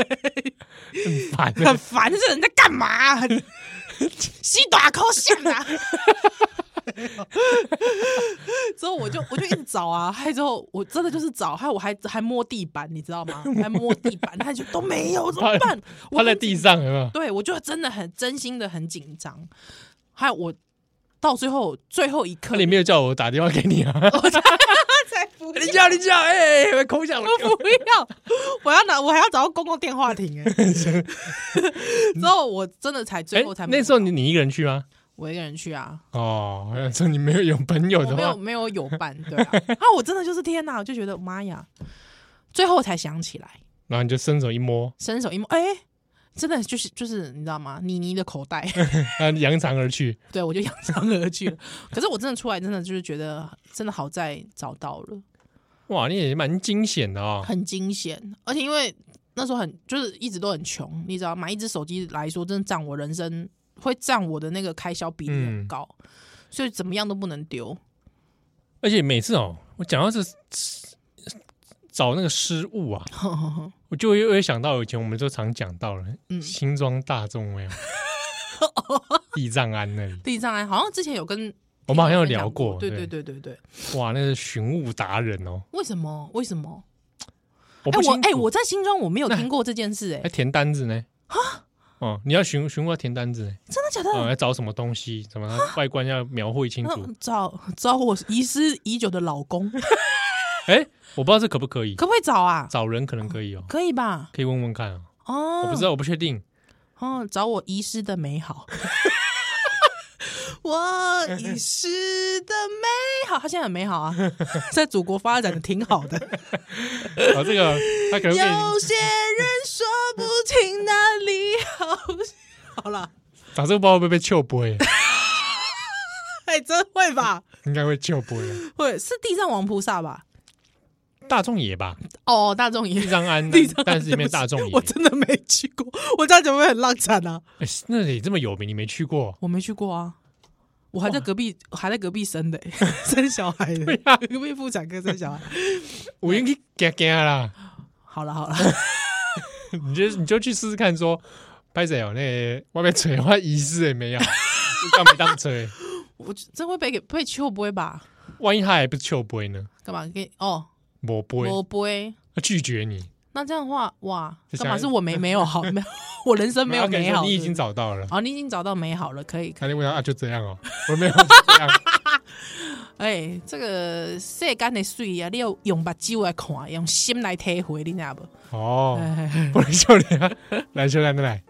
Speaker 2: 很烦
Speaker 3: 很
Speaker 2: 的。
Speaker 3: 烦，这人在干嘛、 吸短口香啊！ 之后我就我就一直找啊，还之后我真的就是找，还有我还还摸地板，你知道吗？还摸地板，他就都没有，怎么办？我
Speaker 2: 趴在
Speaker 3: 很
Speaker 2: 地上有没有？
Speaker 3: 对我就真的很真心的很紧张，还有我到最后最后一刻
Speaker 2: 那，你没有叫我打电话给你 啊？
Speaker 3: 才 不
Speaker 2: 你叫你叫，哎、欸，空想我
Speaker 3: 我不要，我要拿，我还要找到公共电话亭哎、 之后我真的才最后才、
Speaker 2: 哎那时候你你一个人去吗？
Speaker 3: 我一个人去啊，
Speaker 2: 哦，我想说你没有有朋友
Speaker 3: 我
Speaker 2: 的
Speaker 3: 没有
Speaker 2: 话，
Speaker 3: 没有有伴，对啊，啊我真的就是天哪，我就觉得妈呀，最后才想起来，
Speaker 2: 然后你就伸手一摸，
Speaker 3: 伸手一摸，哎、真的就是就是你知道吗？妮妮的口袋，
Speaker 2: 啊，扬长而去。
Speaker 3: 对我就扬长而去了。可是我真的出来，真的就是觉得真的好在找到了，
Speaker 2: 哇，你也蛮惊险的哦。
Speaker 3: 很惊险，而且因为那时候很就是一直都很穷，你知道，买一只手机来说，真的占我人生会占我的那个开销比例
Speaker 2: 嗯
Speaker 3: 很高，所以怎么样都不能 丢。
Speaker 2: 而且每次哦，我讲到这找那个失误啊，我就又会想到以前我们就常讲到了，
Speaker 3: 嗯
Speaker 2: 新庄大众有没 有，地藏庵那里，
Speaker 3: 地藏庵好像之前有跟
Speaker 2: 我们好像有
Speaker 3: 听众
Speaker 2: 聊过，
Speaker 3: 对对对对对，
Speaker 2: 哇，那是寻物达人哦，
Speaker 3: 为什么？为什么？
Speaker 2: 我
Speaker 3: 哎、
Speaker 2: 不
Speaker 3: 我
Speaker 2: 清
Speaker 3: 哎、
Speaker 2: 楚
Speaker 3: 我在新庄我没有听过这件事、
Speaker 2: 还
Speaker 3: 哎，
Speaker 2: 填单子呢，哦，你要询询问要填单子呢，
Speaker 3: 啊真的假啊嗯
Speaker 2: 哦，
Speaker 3: 的？
Speaker 2: 要找什么东西，什么外观要描绘清楚
Speaker 3: 那，找找我遗失已久的老公，
Speaker 2: 哎，我不知道这可不可以，
Speaker 3: 可不可以找啊？
Speaker 2: 找人可能可以哦，
Speaker 3: 可以吧？
Speaker 2: 可以问问看哦，
Speaker 3: 哦，
Speaker 2: 我不知道，我不确定，
Speaker 3: 哦，找我遗失的美好， 我遗失的美好，他现在很美好 啊，在祖国发展的挺好的。
Speaker 2: 哦，这个他可能啊可以
Speaker 3: 嗯有些人说不清哪里好，好了，
Speaker 2: 打这个包会不会被臭波耶？
Speaker 3: 哎、真会吧？
Speaker 2: 应该会救波了。
Speaker 3: 会是地藏王菩萨吧？
Speaker 2: 大众野吧，
Speaker 3: 哦，大众
Speaker 2: 地
Speaker 3: 也。
Speaker 2: 藏庵
Speaker 3: 地藏庵，
Speaker 2: 但是里面大众
Speaker 3: 对不
Speaker 2: 野
Speaker 3: 起我，真的没去过，我这样怎么会很浪惨啊？
Speaker 2: 哎那里这么有名，你没去过？
Speaker 3: 我没去过啊，我还在隔壁，还在隔壁生的、欸 生小孩的，
Speaker 2: 呀
Speaker 3: 隔壁妇产科生小孩。
Speaker 2: 我应该惊惊啊啦，
Speaker 3: 好了好了，
Speaker 2: 你就你就去试试看说，拍谁哦？那外面吹，我仪式也没有，就当没当吹，
Speaker 3: 我真会被给被秋不会吧？
Speaker 2: 万一他还不求杯呢？
Speaker 3: 干嘛给哦？
Speaker 2: 我不会，
Speaker 3: 我不会。
Speaker 2: 他拒绝你，
Speaker 3: 那这样的话，哇，
Speaker 2: 就
Speaker 3: 干
Speaker 2: 下
Speaker 3: 嘛
Speaker 2: 一
Speaker 3: 是我没没有好？没有，我人生没有
Speaker 2: 他跟你
Speaker 3: 美
Speaker 2: 说
Speaker 3: 好。
Speaker 2: 你已
Speaker 3: 是
Speaker 2: 经
Speaker 3: 不是
Speaker 2: 找到了。
Speaker 3: 哦，你已经找到美好了，可以。可以
Speaker 2: 他就问他啊，就这样哦，我没有就这 样，
Speaker 3: 哎，这个世间的水啊，你要用目睭来看，用心来体会，你知道不？
Speaker 2: 哦，
Speaker 3: 哎
Speaker 2: 我来笑脸啊，来笑脸的来。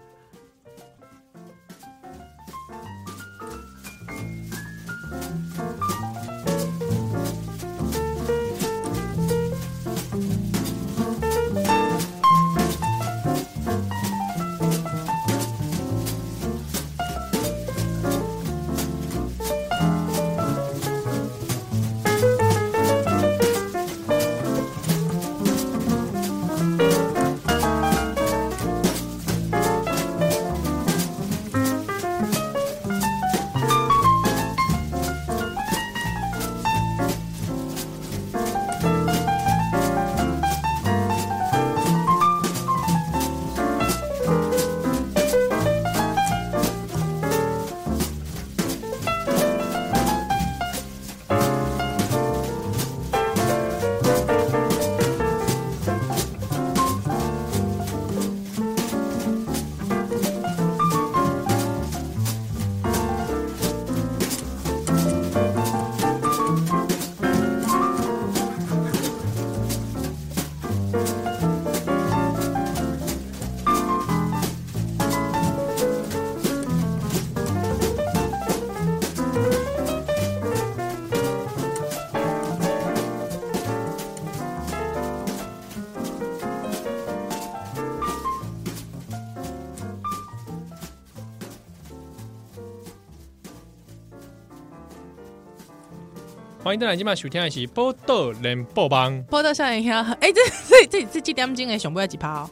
Speaker 2: 欢迎登来今晚收听的是《波豆连波帮》。
Speaker 3: 播到下一下，哎、这这这这几点钟诶，想不到几趴哦！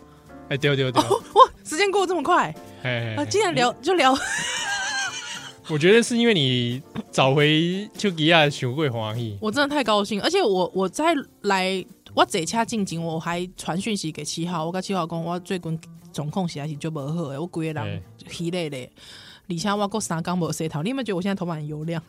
Speaker 2: 哎，对对对，
Speaker 3: 哦，哇，时间过得这么快
Speaker 2: 哎，
Speaker 3: 啊！竟然聊就聊，
Speaker 2: 我觉得是因为你找回啊丘吉亚熊贵华裔，
Speaker 3: 我真的太高兴，而且我我在来我这车进前，我还传讯息给七号，我跟七号讲，我最近总控实在是就无好诶，我规个人疲累咧，而且我过三刚无洗头，你有没有觉得我现在头发很 油亮？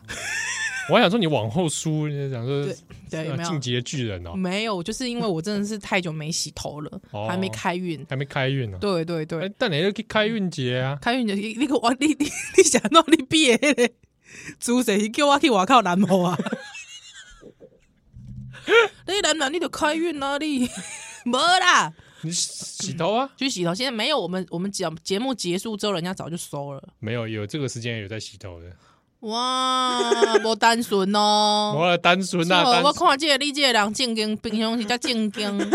Speaker 2: 我还想说你往后梳，你想说
Speaker 3: 对，有
Speaker 2: 呃
Speaker 3: 没有嗯
Speaker 2: 进？阶巨人哦，
Speaker 3: 没有，就是因为我真的是太久没洗头了，
Speaker 2: 哦
Speaker 3: 还没开运。
Speaker 2: 还没开运呢。
Speaker 3: 对对对，
Speaker 2: 哎，但你就去开运节啊，
Speaker 3: 开运就你你个我你你你想到你毕业嘞，主席叫我去外口南湖 啊。你南南你就开运啦、你 没啦，
Speaker 2: 你洗洗头啊？
Speaker 3: 去洗头。现在没有我们我们讲节目结束之后，人家早就收了。
Speaker 2: 没有，有这个时间有在洗头的。
Speaker 3: 哇， 不单纯
Speaker 2: 我
Speaker 3: 哦。
Speaker 2: 的单纯
Speaker 3: 是哦
Speaker 2: 啊，
Speaker 3: 我
Speaker 2: 单
Speaker 3: 看这个你这个人正经，平常时 才正经，讲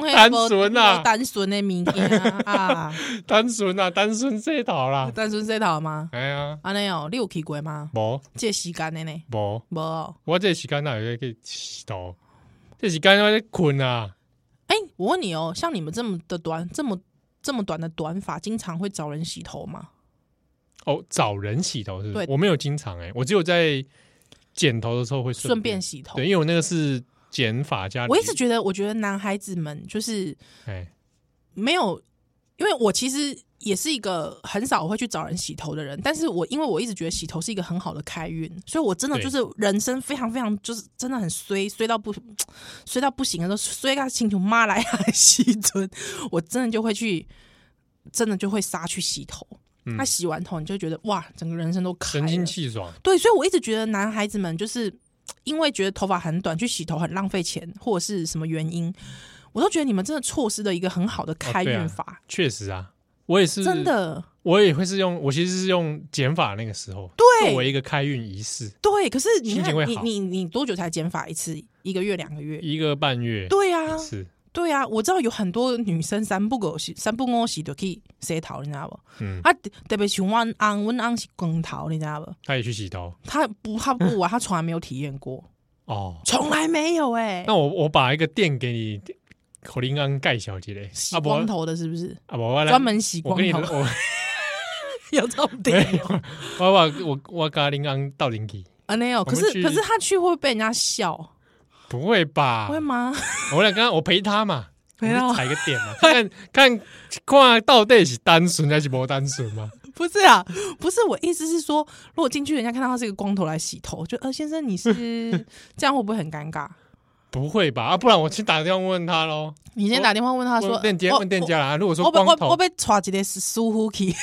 Speaker 3: 迄
Speaker 2: 单
Speaker 3: 无
Speaker 2: 纯啊
Speaker 3: 无单纯的物件啊，
Speaker 2: 单纯啊，单纯洗头啦。
Speaker 3: 单纯洗头吗？
Speaker 2: 哎呀，
Speaker 3: 安尼哦，你有去过吗？
Speaker 2: 无
Speaker 3: 这个时间的呢？
Speaker 2: 无，
Speaker 3: 无、哦。
Speaker 2: 我这时间哪有去洗头？这时间我在困啊。
Speaker 3: 哎、我问你哦，像你们这么的短，这么这么短的短发，经常会找人洗头吗？
Speaker 2: 哦，找人洗头是不是？
Speaker 3: 对
Speaker 2: 我没有经常哎、我只有在剪头的时候会
Speaker 3: 顺
Speaker 2: 顺
Speaker 3: 便洗头
Speaker 2: 对，。因为我那个是剪发加理。
Speaker 3: 我一直觉得，我觉得男孩子们就是
Speaker 2: 哎，
Speaker 3: 没有，因为我其实也是一个很少会去找人洗头的人，但是我因为我一直觉得洗头是一个很好的开运，所以我真的
Speaker 2: 对
Speaker 3: 就是人生非常非常就是真的很衰，衰到不衰到不行的时候，衰到清楚妈来 还洗尊，我真的就会去，真的就会杀去洗头。
Speaker 2: 嗯
Speaker 3: 那洗完头，你就会觉得哇，整个人生都开
Speaker 2: 神清
Speaker 3: 了。
Speaker 2: 气爽，
Speaker 3: 对，所以我一直觉得男孩子们就是因为觉得头发很短去洗头很浪费钱，或者是什么原因，我都觉得你们真的错失了一个很好的开
Speaker 2: 对啊
Speaker 3: 运法，
Speaker 2: 确实啊，我也是
Speaker 3: 真，的
Speaker 2: 我也会是用，我其实是用剪发那个时候作为
Speaker 3: 对
Speaker 2: 一个开运仪式，
Speaker 3: 对。可是你
Speaker 2: 心情
Speaker 3: 看
Speaker 2: 会，
Speaker 3: 你
Speaker 2: 好
Speaker 3: 你你多久才剪发一次？一个月、两个月？
Speaker 2: 一个半月
Speaker 3: 对啊，
Speaker 2: 是，
Speaker 3: 对啊，我知道有很多女生三不狗洗、三不五洗就可以洗头，你知道不？
Speaker 2: 嗯，
Speaker 3: 啊，特别像阮翁，阮翁是光头，你知道不？
Speaker 2: 他也去洗头
Speaker 3: 他不，他不
Speaker 2: 嗯
Speaker 3: 啊，他从来没有体验过，
Speaker 2: 哦。
Speaker 3: 从来没有哎、
Speaker 2: 那我我把一个店给你，口令安盖小姐嘞，啊
Speaker 3: 洗
Speaker 2: 阿伯
Speaker 3: 光头的是不是？
Speaker 2: 阿伯，我来
Speaker 3: 专门洗
Speaker 2: 我
Speaker 3: 光
Speaker 2: 跟你
Speaker 3: 头，
Speaker 2: 我
Speaker 3: 有这种
Speaker 2: 没
Speaker 3: 店
Speaker 2: 有， 我把我我跟林安到林记，
Speaker 3: 啊？没有，
Speaker 2: 我
Speaker 3: 可
Speaker 2: 们
Speaker 3: 是
Speaker 2: 去
Speaker 3: 可是他去会不会被人家笑，
Speaker 2: 不会吧？
Speaker 3: 会吗？
Speaker 2: 我俩刚刚我陪他嘛，
Speaker 3: 陪他
Speaker 2: 我就踩个点嘛， 看看看到底是单纯还是不单纯嘛？
Speaker 3: 不是啊，不是我意思是说，如果进去人家看到他是一个光头来洗头，就呃先生 你是这样会不会很尴尬？
Speaker 2: 不会吧？啊，不然我去打电话问他喽。
Speaker 3: 你先
Speaker 2: 我
Speaker 3: 打电话问他
Speaker 2: 他
Speaker 3: 说，
Speaker 2: 店家
Speaker 3: 我
Speaker 2: 问店家啦，如果
Speaker 3: 我
Speaker 2: 说
Speaker 3: 我被
Speaker 2: 光
Speaker 3: 我我
Speaker 2: 头
Speaker 3: 被抓起来是疏忽 去，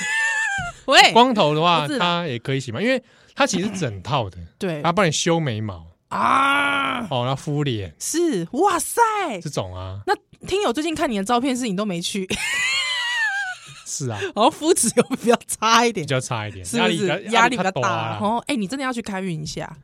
Speaker 3: 喂，
Speaker 2: 光头的话
Speaker 3: 不是，啦嗯
Speaker 2: 他也可以洗嘛，因为他其实是整套的，
Speaker 3: 对
Speaker 2: 他帮你修眉毛
Speaker 3: 啊，
Speaker 2: 哦，那敷脸
Speaker 3: 是哇塞，
Speaker 2: 这种啊，
Speaker 3: 那听友最近看你的照片是你都没去，
Speaker 2: 是啊，
Speaker 3: 然后肤质又比较差一点
Speaker 2: 比，较差一点，
Speaker 3: 是不
Speaker 2: 比较
Speaker 3: 是压力比较
Speaker 2: 大啊
Speaker 3: 大？
Speaker 2: 啦。
Speaker 3: 哦，哎、你真的要去开运一下。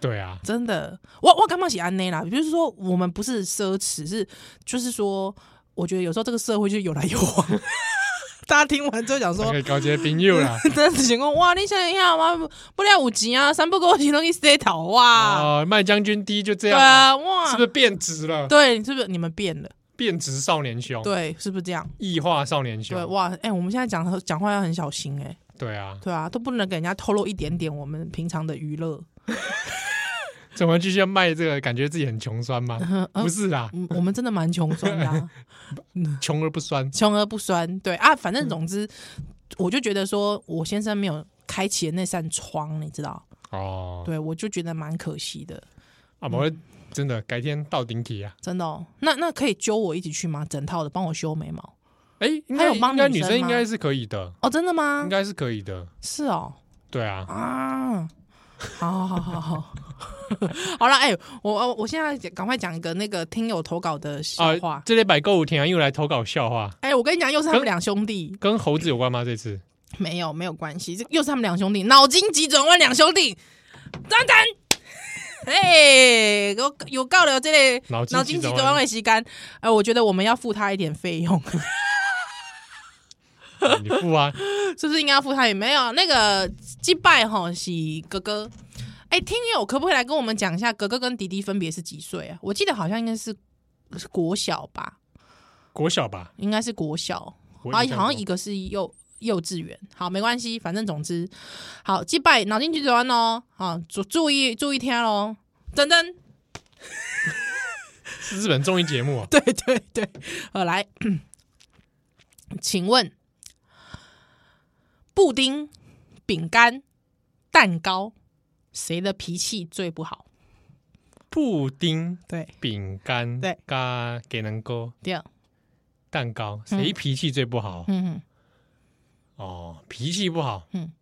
Speaker 2: 对啊，
Speaker 3: 真的，我我感冒喜安内啦，就是说我们不是奢侈，是就是说，我觉得有时候这个社会就有来有往。 大家听完之后想说
Speaker 2: 可，以搞些朋友 啦。
Speaker 3: 真的情况哇，你想一下哇，不了五级啊，三不够级容易塞头哇，
Speaker 2: 啊，卖将军低就这
Speaker 3: 对
Speaker 2: 样啊，
Speaker 3: 啊，哇，
Speaker 2: 是不是变质了？
Speaker 3: 对，是不是你们变了？
Speaker 2: 变质少年凶，
Speaker 3: 对，是不是这样？
Speaker 2: 异化少年
Speaker 3: 对，
Speaker 2: 凶，
Speaker 3: 哇，哎、我们现在讲讲话要很小心、哎，
Speaker 2: 对啊，
Speaker 3: 对啊，都不能给人家透露一点点我们平常的娱乐。
Speaker 2: 怎么继续卖这个？感觉自己很穷酸吗？
Speaker 3: 呃
Speaker 2: 不是啦，
Speaker 3: 嗯，我们真的蛮穷酸的、啊。
Speaker 2: 穷而不酸。
Speaker 3: 穷而不酸，对啊，反正
Speaker 2: 嗯
Speaker 3: 总之，我就觉得说我先生没有开启的那扇窗，你知道，
Speaker 2: 哦，
Speaker 3: 对我就觉得蛮可惜的，
Speaker 2: 啊，我真的改天到顶体啊。
Speaker 3: 真的、哦。那那可以揪我一起去吗？整套的帮我修眉毛
Speaker 2: 哎，应
Speaker 3: 还
Speaker 2: 该
Speaker 3: 有帮
Speaker 2: 应该
Speaker 3: 女
Speaker 2: 女
Speaker 3: 生
Speaker 2: 生应
Speaker 3: 吗
Speaker 2: 该是可以的，
Speaker 3: 哦，真的吗
Speaker 2: 应？该是可以的。
Speaker 3: 是哦，
Speaker 2: 对啊，
Speaker 3: 啊，好好好好好。 好了，哎、我我我现在赶快讲一个那个听友投稿的笑
Speaker 2: 啊
Speaker 3: 话，。
Speaker 2: 这类百购物天啊又来投稿笑话，
Speaker 3: 哎、我跟你讲，又是他们两兄弟，
Speaker 2: 跟猴子有关吗？这次
Speaker 3: 没有没有关系，这又是他们两兄弟，脑筋急转弯两兄弟，赞赞。哎、我有告了这类
Speaker 2: 脑筋
Speaker 3: 脑筋
Speaker 2: 急
Speaker 3: 急
Speaker 2: 转
Speaker 3: 转
Speaker 2: 弯
Speaker 3: 弯的吸干，哎、我觉得我们要付他一点费用，
Speaker 2: 啊你付啊，
Speaker 3: 是不是应该要付他？也没有那个祭拜哈，是哥哥，哎，听友可不可以来跟我们讲一下，哥哥跟弟弟分别是几岁啊？我记得好像应该是是国小吧，
Speaker 2: 国小吧，
Speaker 3: 应该是国小，
Speaker 2: 我
Speaker 3: 啊
Speaker 2: 印，象
Speaker 3: 好像
Speaker 2: 中
Speaker 3: 一个是幼幼稚园，好，没关系，反正总之，好，击败脑筋急转弯哦，好，注注意注意听喽，真真，
Speaker 2: 是日本综艺节目 哦，
Speaker 3: 对对对，好来，请问布丁、饼干、蛋糕，谁的脾气最不好？
Speaker 2: 布丁、
Speaker 3: 对，
Speaker 2: 饼干、
Speaker 3: 对
Speaker 2: 嘎给能够
Speaker 3: 第二，
Speaker 2: 蛋糕，谁脾气最不好？
Speaker 3: 嗯哼，
Speaker 2: 哦，脾气不好，
Speaker 3: 嗯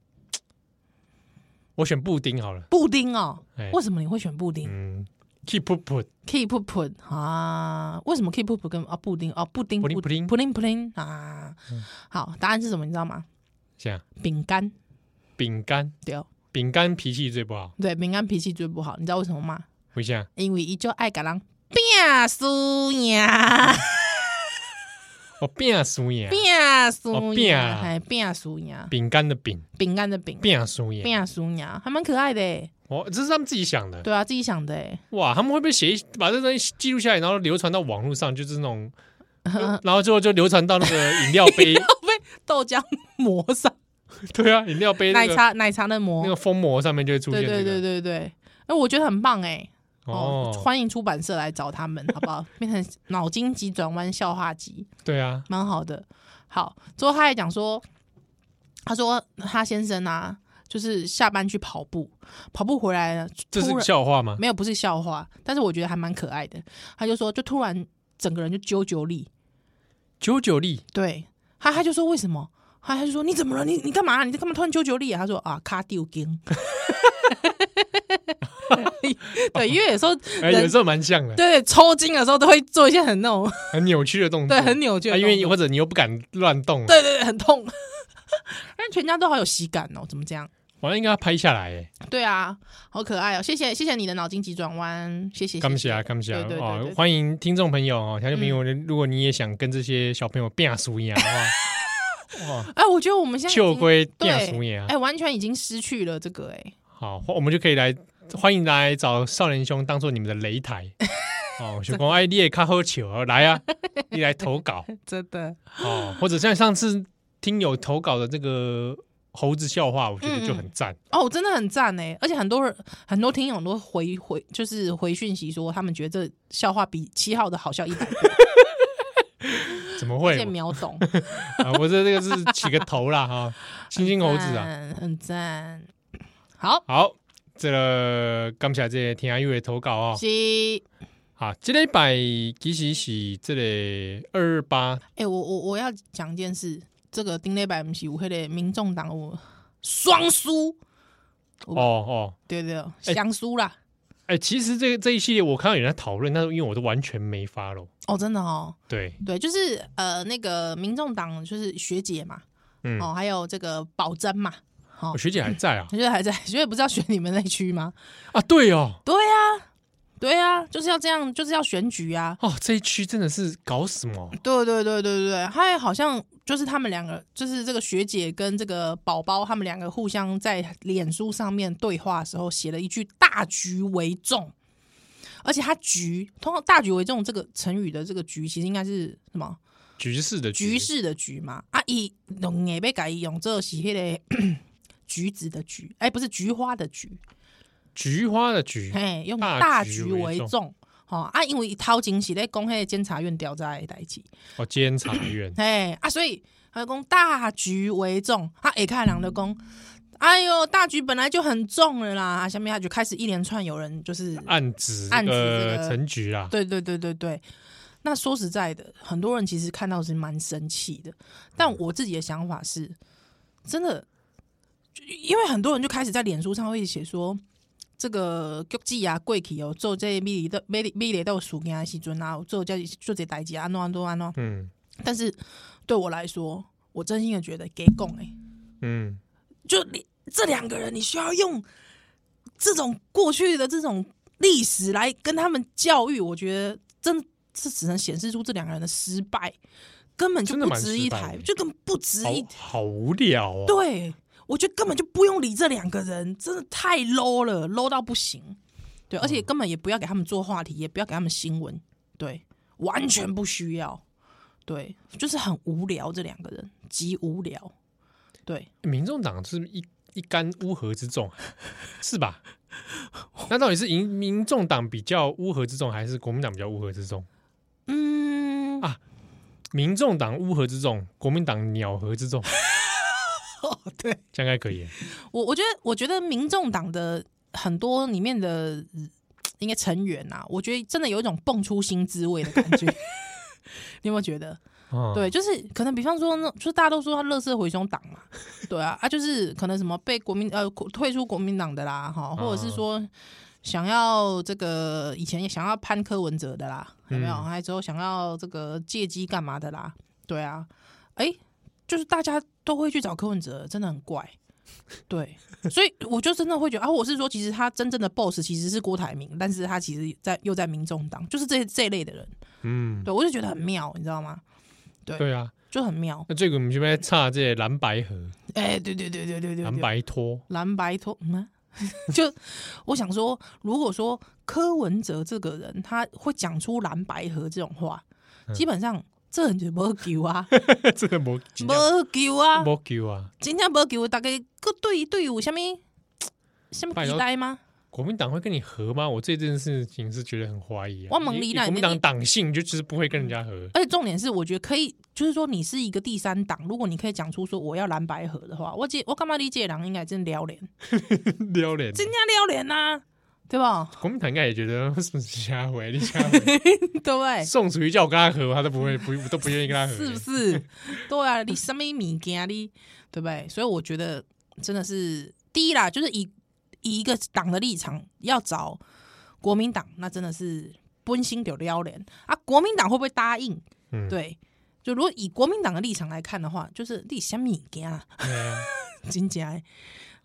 Speaker 2: 我选布丁好了，
Speaker 3: 布丁哦，
Speaker 2: 哎
Speaker 3: 为什么你会选布丁
Speaker 2: 嗯，keep put
Speaker 3: ？keep put 啊？为什么 keep put 跟啊布丁哦布丁
Speaker 2: 布丁布丁嗯
Speaker 3: 布丁布丁啊？好，答案是什么？你知道吗？
Speaker 2: 这样，
Speaker 3: 饼干
Speaker 2: 饼干，
Speaker 3: 对哦
Speaker 2: 饼干脾气最不好，
Speaker 3: 对，饼干脾气最不好，你知道为什么吗？
Speaker 2: 为啥？
Speaker 3: 因为伊就爱给人变输呀。
Speaker 2: 哦，变输赢，
Speaker 3: 饼
Speaker 2: 哦
Speaker 3: 酥
Speaker 2: 饼
Speaker 3: 呀
Speaker 2: 啊，
Speaker 3: 还饼酥呀，
Speaker 2: 饼干的饼，啊
Speaker 3: 饼干的饼，
Speaker 2: 变输赢，
Speaker 3: 饼酥呀，还蛮可爱的欸。
Speaker 2: 哦，这是他们自己想的，
Speaker 3: 对啊，自己想的欸，
Speaker 2: 哇，他们会不会写一把这东西记录下来，然后流传到网络上，就是那 种，然后最后就流传到那个饮料杯，
Speaker 3: 被豆浆磨上，
Speaker 2: 对啊，饮料杯那
Speaker 3: 奶
Speaker 2: 个
Speaker 3: 茶奶茶的
Speaker 2: 那
Speaker 3: 磨
Speaker 2: 个，封膜上面就会出现
Speaker 3: 对
Speaker 2: 这个，
Speaker 3: 对对对对。哎，我觉得很棒哎，哦
Speaker 2: 哦，，
Speaker 3: 欢迎出版社来找他们，好不好？变成脑筋急转弯笑话集，
Speaker 2: 对啊，
Speaker 3: 蛮好的。好，之后他还讲说，他说他先生啊，就是下班去跑步，跑步回来呢，
Speaker 2: 这
Speaker 3: 突
Speaker 2: 是
Speaker 3: 然
Speaker 2: 笑话吗？
Speaker 3: 没有，不是笑话，但是我觉得还蛮可爱的。他就说，就突然整个人就揪揪力，
Speaker 2: 九九力
Speaker 3: 对，他他就说为什么？他他就说你怎么了？你你干嘛？你干嘛突然揪揪力啊？他说啊，卡丢筋。 对，因为有时候
Speaker 2: 哎，
Speaker 3: 人
Speaker 2: 有时候蛮像的，
Speaker 3: 对抽筋的时候都会做一些很那种
Speaker 2: 很扭曲的动作，
Speaker 3: 对很扭曲的
Speaker 2: 啊
Speaker 3: 动
Speaker 2: 因
Speaker 3: 作，
Speaker 2: 为或者你又不敢乱动，，
Speaker 3: 对对对很痛。 但全家都好有喜感哦，怎么这样？
Speaker 2: 好像应该要拍下来，哎，
Speaker 3: 对啊，好可爱哦！谢谢谢谢你的脑筋急转弯，谢谢。
Speaker 2: 感
Speaker 3: 谢
Speaker 2: 谢啊，感谢啊
Speaker 3: 对对，对
Speaker 2: 哦
Speaker 3: 对，嗯
Speaker 2: 欢迎听众朋友哦，听众朋友，如果你也想跟这些小朋友变啊熟一样的 话，哦哇，
Speaker 3: 哎，我觉得我们现在已
Speaker 2: 旧
Speaker 3: 经
Speaker 2: 龟变熟一
Speaker 3: 对，
Speaker 2: 样
Speaker 3: 哎、，完全已经失去了这个哎、
Speaker 2: 好，我们就可以来欢迎来找少年兄当做你们的擂 台。哦，小光，哎，你也看喝酒哦，来啊，你来投稿
Speaker 3: 真的，
Speaker 2: 哦，或者像上次听友投稿的这个猴子笑话，我觉得就很赞。
Speaker 3: 哦，真的很赞哎！而且很多人很多听友都回回就是回讯息说，他们觉得这笑话比七号的好笑一百倍，
Speaker 2: 怎么
Speaker 3: 嗯而
Speaker 2: 会
Speaker 3: 且？秒 懂，
Speaker 2: 啊，我这这个是起个头 啦哈、猩猩猴子啊。
Speaker 3: 赞，很赞。好，
Speaker 2: 好，这个感谢这个听阿玉的投稿哦。
Speaker 3: 西，
Speaker 2: 啊，这礼拜其实是这个二二八，
Speaker 3: 哎、我我我要讲一件事，这个丁磊百不是我黑的民众党我双输，
Speaker 2: 哦哦，
Speaker 3: 对对对，相输啦。
Speaker 2: 哎、其实这这一系列我看到有人在讨论，但是因为我都完全没发喽。
Speaker 3: 哦，真的哦，
Speaker 2: 对，
Speaker 3: 对，就是呃，那个民众党就是学姐嘛，
Speaker 2: 嗯，
Speaker 3: 哦，还有这个宝珍嘛，哦
Speaker 2: 我，学姐还在啊
Speaker 3: 学姐还在， 学姐不是要选你们那区吗？
Speaker 2: 啊，对哦，
Speaker 3: 对呀、对呀、就是要这样，就是要选举啊！
Speaker 2: 哦，这一区真的是搞什么？
Speaker 3: 对对对对对对，还好像就是他们两个，就是这个学姐跟这个宝宝，他们两个互相在脸书上面对话的时候，写了一句“大局为重”，而且他“局”通常“大局为重”这个成语的这个“局”，其实应该是什么？
Speaker 2: 局势的
Speaker 3: 局势的“局”嘛？啊，以用也被改用这是那个 橘子的“橘”，哎，不是菊花的“菊”，
Speaker 2: 菊花的菊，
Speaker 3: 嘿，用
Speaker 2: 大
Speaker 3: 大
Speaker 2: 局
Speaker 3: 局
Speaker 2: 为
Speaker 3: 为
Speaker 2: 重
Speaker 3: 重。哦啊，因为头前是咧讲迄个监察院调查的代志，
Speaker 2: 哦，监察院
Speaker 3: 嘿啊，所以他就讲大局为重，啊，下看人就讲，哎呦，大局本来就很重了啦，啊，下面他就开始一连串有人就是，
Speaker 2: 暗指
Speaker 3: 暗指
Speaker 2: 呃
Speaker 3: 这个
Speaker 2: 陈局啦，
Speaker 3: 对对对对对。那说实在的，很多人其实看到是蛮生气的，但我自己的想法是，真的，就因为很多人就开始在脸书上会写说，这个局记啊、贵气哦，做这米里的米里米里都有事件的时阵啊，有做这做这代志啊，安怎安怎安怎。
Speaker 2: 嗯
Speaker 3: 但是对我来说，我真心的觉得给供哎，
Speaker 2: 嗯，
Speaker 3: 就你这两个人，你需要用这种过去的这种历史来跟他们教育，我觉得真这只能显示出这两个人的失败，根本就
Speaker 2: 真的
Speaker 3: 不
Speaker 2: 蛮
Speaker 3: 值
Speaker 2: 失
Speaker 3: 一
Speaker 2: 败
Speaker 3: 抬
Speaker 2: 的，
Speaker 3: 就根本不值
Speaker 2: 好
Speaker 3: 一。
Speaker 2: 好无聊哦，
Speaker 3: 对，我觉得根本就不用理这两个人，真的太 low 了，low 到不行。对，而且根本也不要给他们做话题，也不要给他们新闻，对，完全不需要。对，就是很无聊，这两个人极无聊。对，
Speaker 2: 民众党是一一干乌合之众， 是吧？那到底是民民众党比较乌合之众，还是国民党比较乌合之众？
Speaker 3: 嗯，
Speaker 2: 啊民众党乌合之众，国民党鸟合 之众，
Speaker 3: 哦对，
Speaker 2: 这样应该可以耶。
Speaker 3: 我我觉得，我觉得民众党的很多里面的嗯应该成员啊，我觉得真的有一种蹦出新滋味的感觉。你有没有觉得？
Speaker 2: 哦，
Speaker 3: 对，就是可能，比方说那，就是大家都说他乐色回胸党嘛，对啊，啊，就是可能什么被国民呃退出国民党的啦，哈，或者是说想要这个以前也想要攀柯文哲的啦，有没有？
Speaker 2: 嗯
Speaker 3: 还之后想要这个借机干嘛的啦，对啊，哎、就是大家都会去找柯文哲，真的很怪。对，所以我就真的会觉得啊，我是说，其实他真正的 boss 其实是郭台铭，但是他其实在又在民众党，就是这这一类的人，
Speaker 2: 嗯，
Speaker 3: 对我就觉得很妙，你知道吗？
Speaker 2: 对啊。
Speaker 3: 就很妙。
Speaker 2: 那最近我们这边差这些蓝白河、
Speaker 3: 哎、对对对对对对，
Speaker 2: 蓝
Speaker 3: 对
Speaker 2: 白 拖，
Speaker 3: 蓝白头，嗯啊、 就我想说，如果说柯文哲这个人他会讲出蓝白河这种话，
Speaker 2: 嗯
Speaker 3: 基本上这人就没救 啊，
Speaker 2: 这个没
Speaker 3: 没救啊，
Speaker 2: 没救啊！
Speaker 3: 真正没救，大概各队队有什么什么
Speaker 2: 拜
Speaker 3: 期
Speaker 2: 托
Speaker 3: 待吗？
Speaker 2: 国民党会跟你合吗？我对这件事情是觉得很怀疑、啊。
Speaker 3: 我猛
Speaker 2: 以
Speaker 3: 力
Speaker 2: 以
Speaker 3: 那
Speaker 2: 国民
Speaker 3: 那
Speaker 2: 党党性就就是不会跟人家合。
Speaker 3: 而且重点是，我觉得可以，就是说你是一个第三党，如果你可以讲出说我要蓝白河的话，我姐我干嘛理解狼应该真撩脸，
Speaker 2: 撩脸，
Speaker 3: 真正撩脸呐、对吧？
Speaker 2: 国民党应该也觉得是不是瞎回？你瞎回？
Speaker 3: 对不对？
Speaker 2: 宋楚瑜叫我跟他合，他都不会，不都不愿意跟他合。
Speaker 3: 是不是？ 对啊，你什么物件你对不对？所以我觉得真的是第一啦，就是以以一个党的立场要找国民党，那真的是奔心丢撩脸啊！国民党会不会答应？
Speaker 2: 嗯
Speaker 3: 对，就如果以国民党的立场来看的话，就是你什么物件啊，
Speaker 2: 对啊，
Speaker 3: 真假？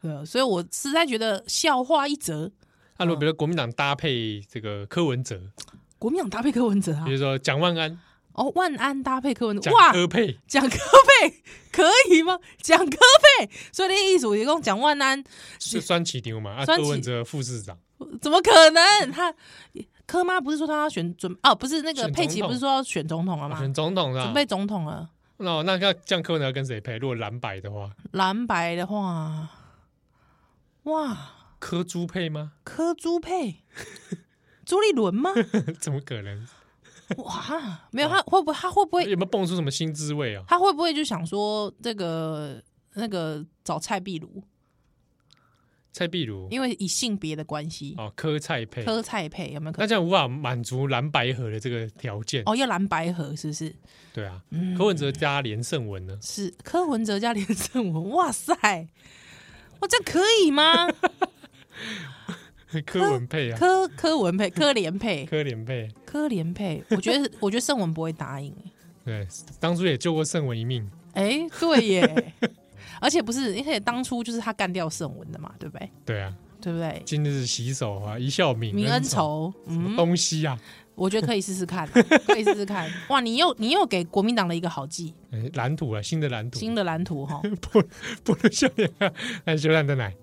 Speaker 3: 呃，所以我实在觉得笑话一则，
Speaker 2: 那如果比如说国民党搭配这个柯文哲，
Speaker 3: 国民党搭配柯文哲啊
Speaker 2: 比，如说蒋万安、
Speaker 3: 哦，万安搭配柯文哲，
Speaker 2: 蒋
Speaker 3: 哇，
Speaker 2: 柯配，
Speaker 3: 讲科配可以吗？讲科配，所以那意思我就跟讲万安，
Speaker 2: 是酸起丢嘛？啊，
Speaker 3: 酸
Speaker 2: 柯文
Speaker 3: 起
Speaker 2: 哲副市长，
Speaker 3: 怎么可能？他柯妈不是说他要选准哦，不是那个
Speaker 2: 选总
Speaker 3: 佩奇
Speaker 2: 统
Speaker 3: 不是说要选总统了吗？
Speaker 2: 选总统
Speaker 3: 准
Speaker 2: 的。
Speaker 3: 备总统了，
Speaker 2: 那那那这样柯文哲要跟谁配？如果蓝白的话，
Speaker 3: 蓝白的话，哇，
Speaker 2: 柯朱配吗？
Speaker 3: 柯朱配，朱立伦吗？
Speaker 2: 怎么可能？
Speaker 3: 哇，没有他会不会他会不会
Speaker 2: 有没有蹦出什么新滋味啊？
Speaker 3: 他会不会就想说这个那个找蔡壁如，
Speaker 2: 蔡壁如
Speaker 3: 因为以性别的关系，
Speaker 2: 哦，柯蔡配，
Speaker 3: 柯蔡配有没有可
Speaker 2: 那
Speaker 3: 能？
Speaker 2: 这样无法满足蓝白河的这个条件。
Speaker 3: 哦，要嗯蓝白合是不是？
Speaker 2: 对啊，柯文哲加连胜文呢？
Speaker 3: 是柯文哲加连胜文，哇塞，哇这样可以吗？
Speaker 2: 柯文配啊，
Speaker 3: 柯柯文配，柯联配，
Speaker 2: 柯联配。
Speaker 3: 柯联配，我觉 得我觉得胜文不会答应。
Speaker 2: 对，当初也救过胜文一命。
Speaker 3: 哎、对 耶，而且不是，而且当初就是他干掉胜文的嘛，对不对？
Speaker 2: 对啊，
Speaker 3: 对不对？
Speaker 2: 今日洗手啊，一笑泯
Speaker 3: 明恩
Speaker 2: 仇，
Speaker 3: 仇，
Speaker 2: 什么
Speaker 3: 嗯，
Speaker 2: 东西啊？
Speaker 3: 我觉得可以试试看，啊可以试试看。哇，你又你又给国民党的一个好计，
Speaker 2: 哎蓝图啊，新的蓝图，
Speaker 3: 新的蓝图哈。
Speaker 2: 不不能笑脸啊，来修烂的奶，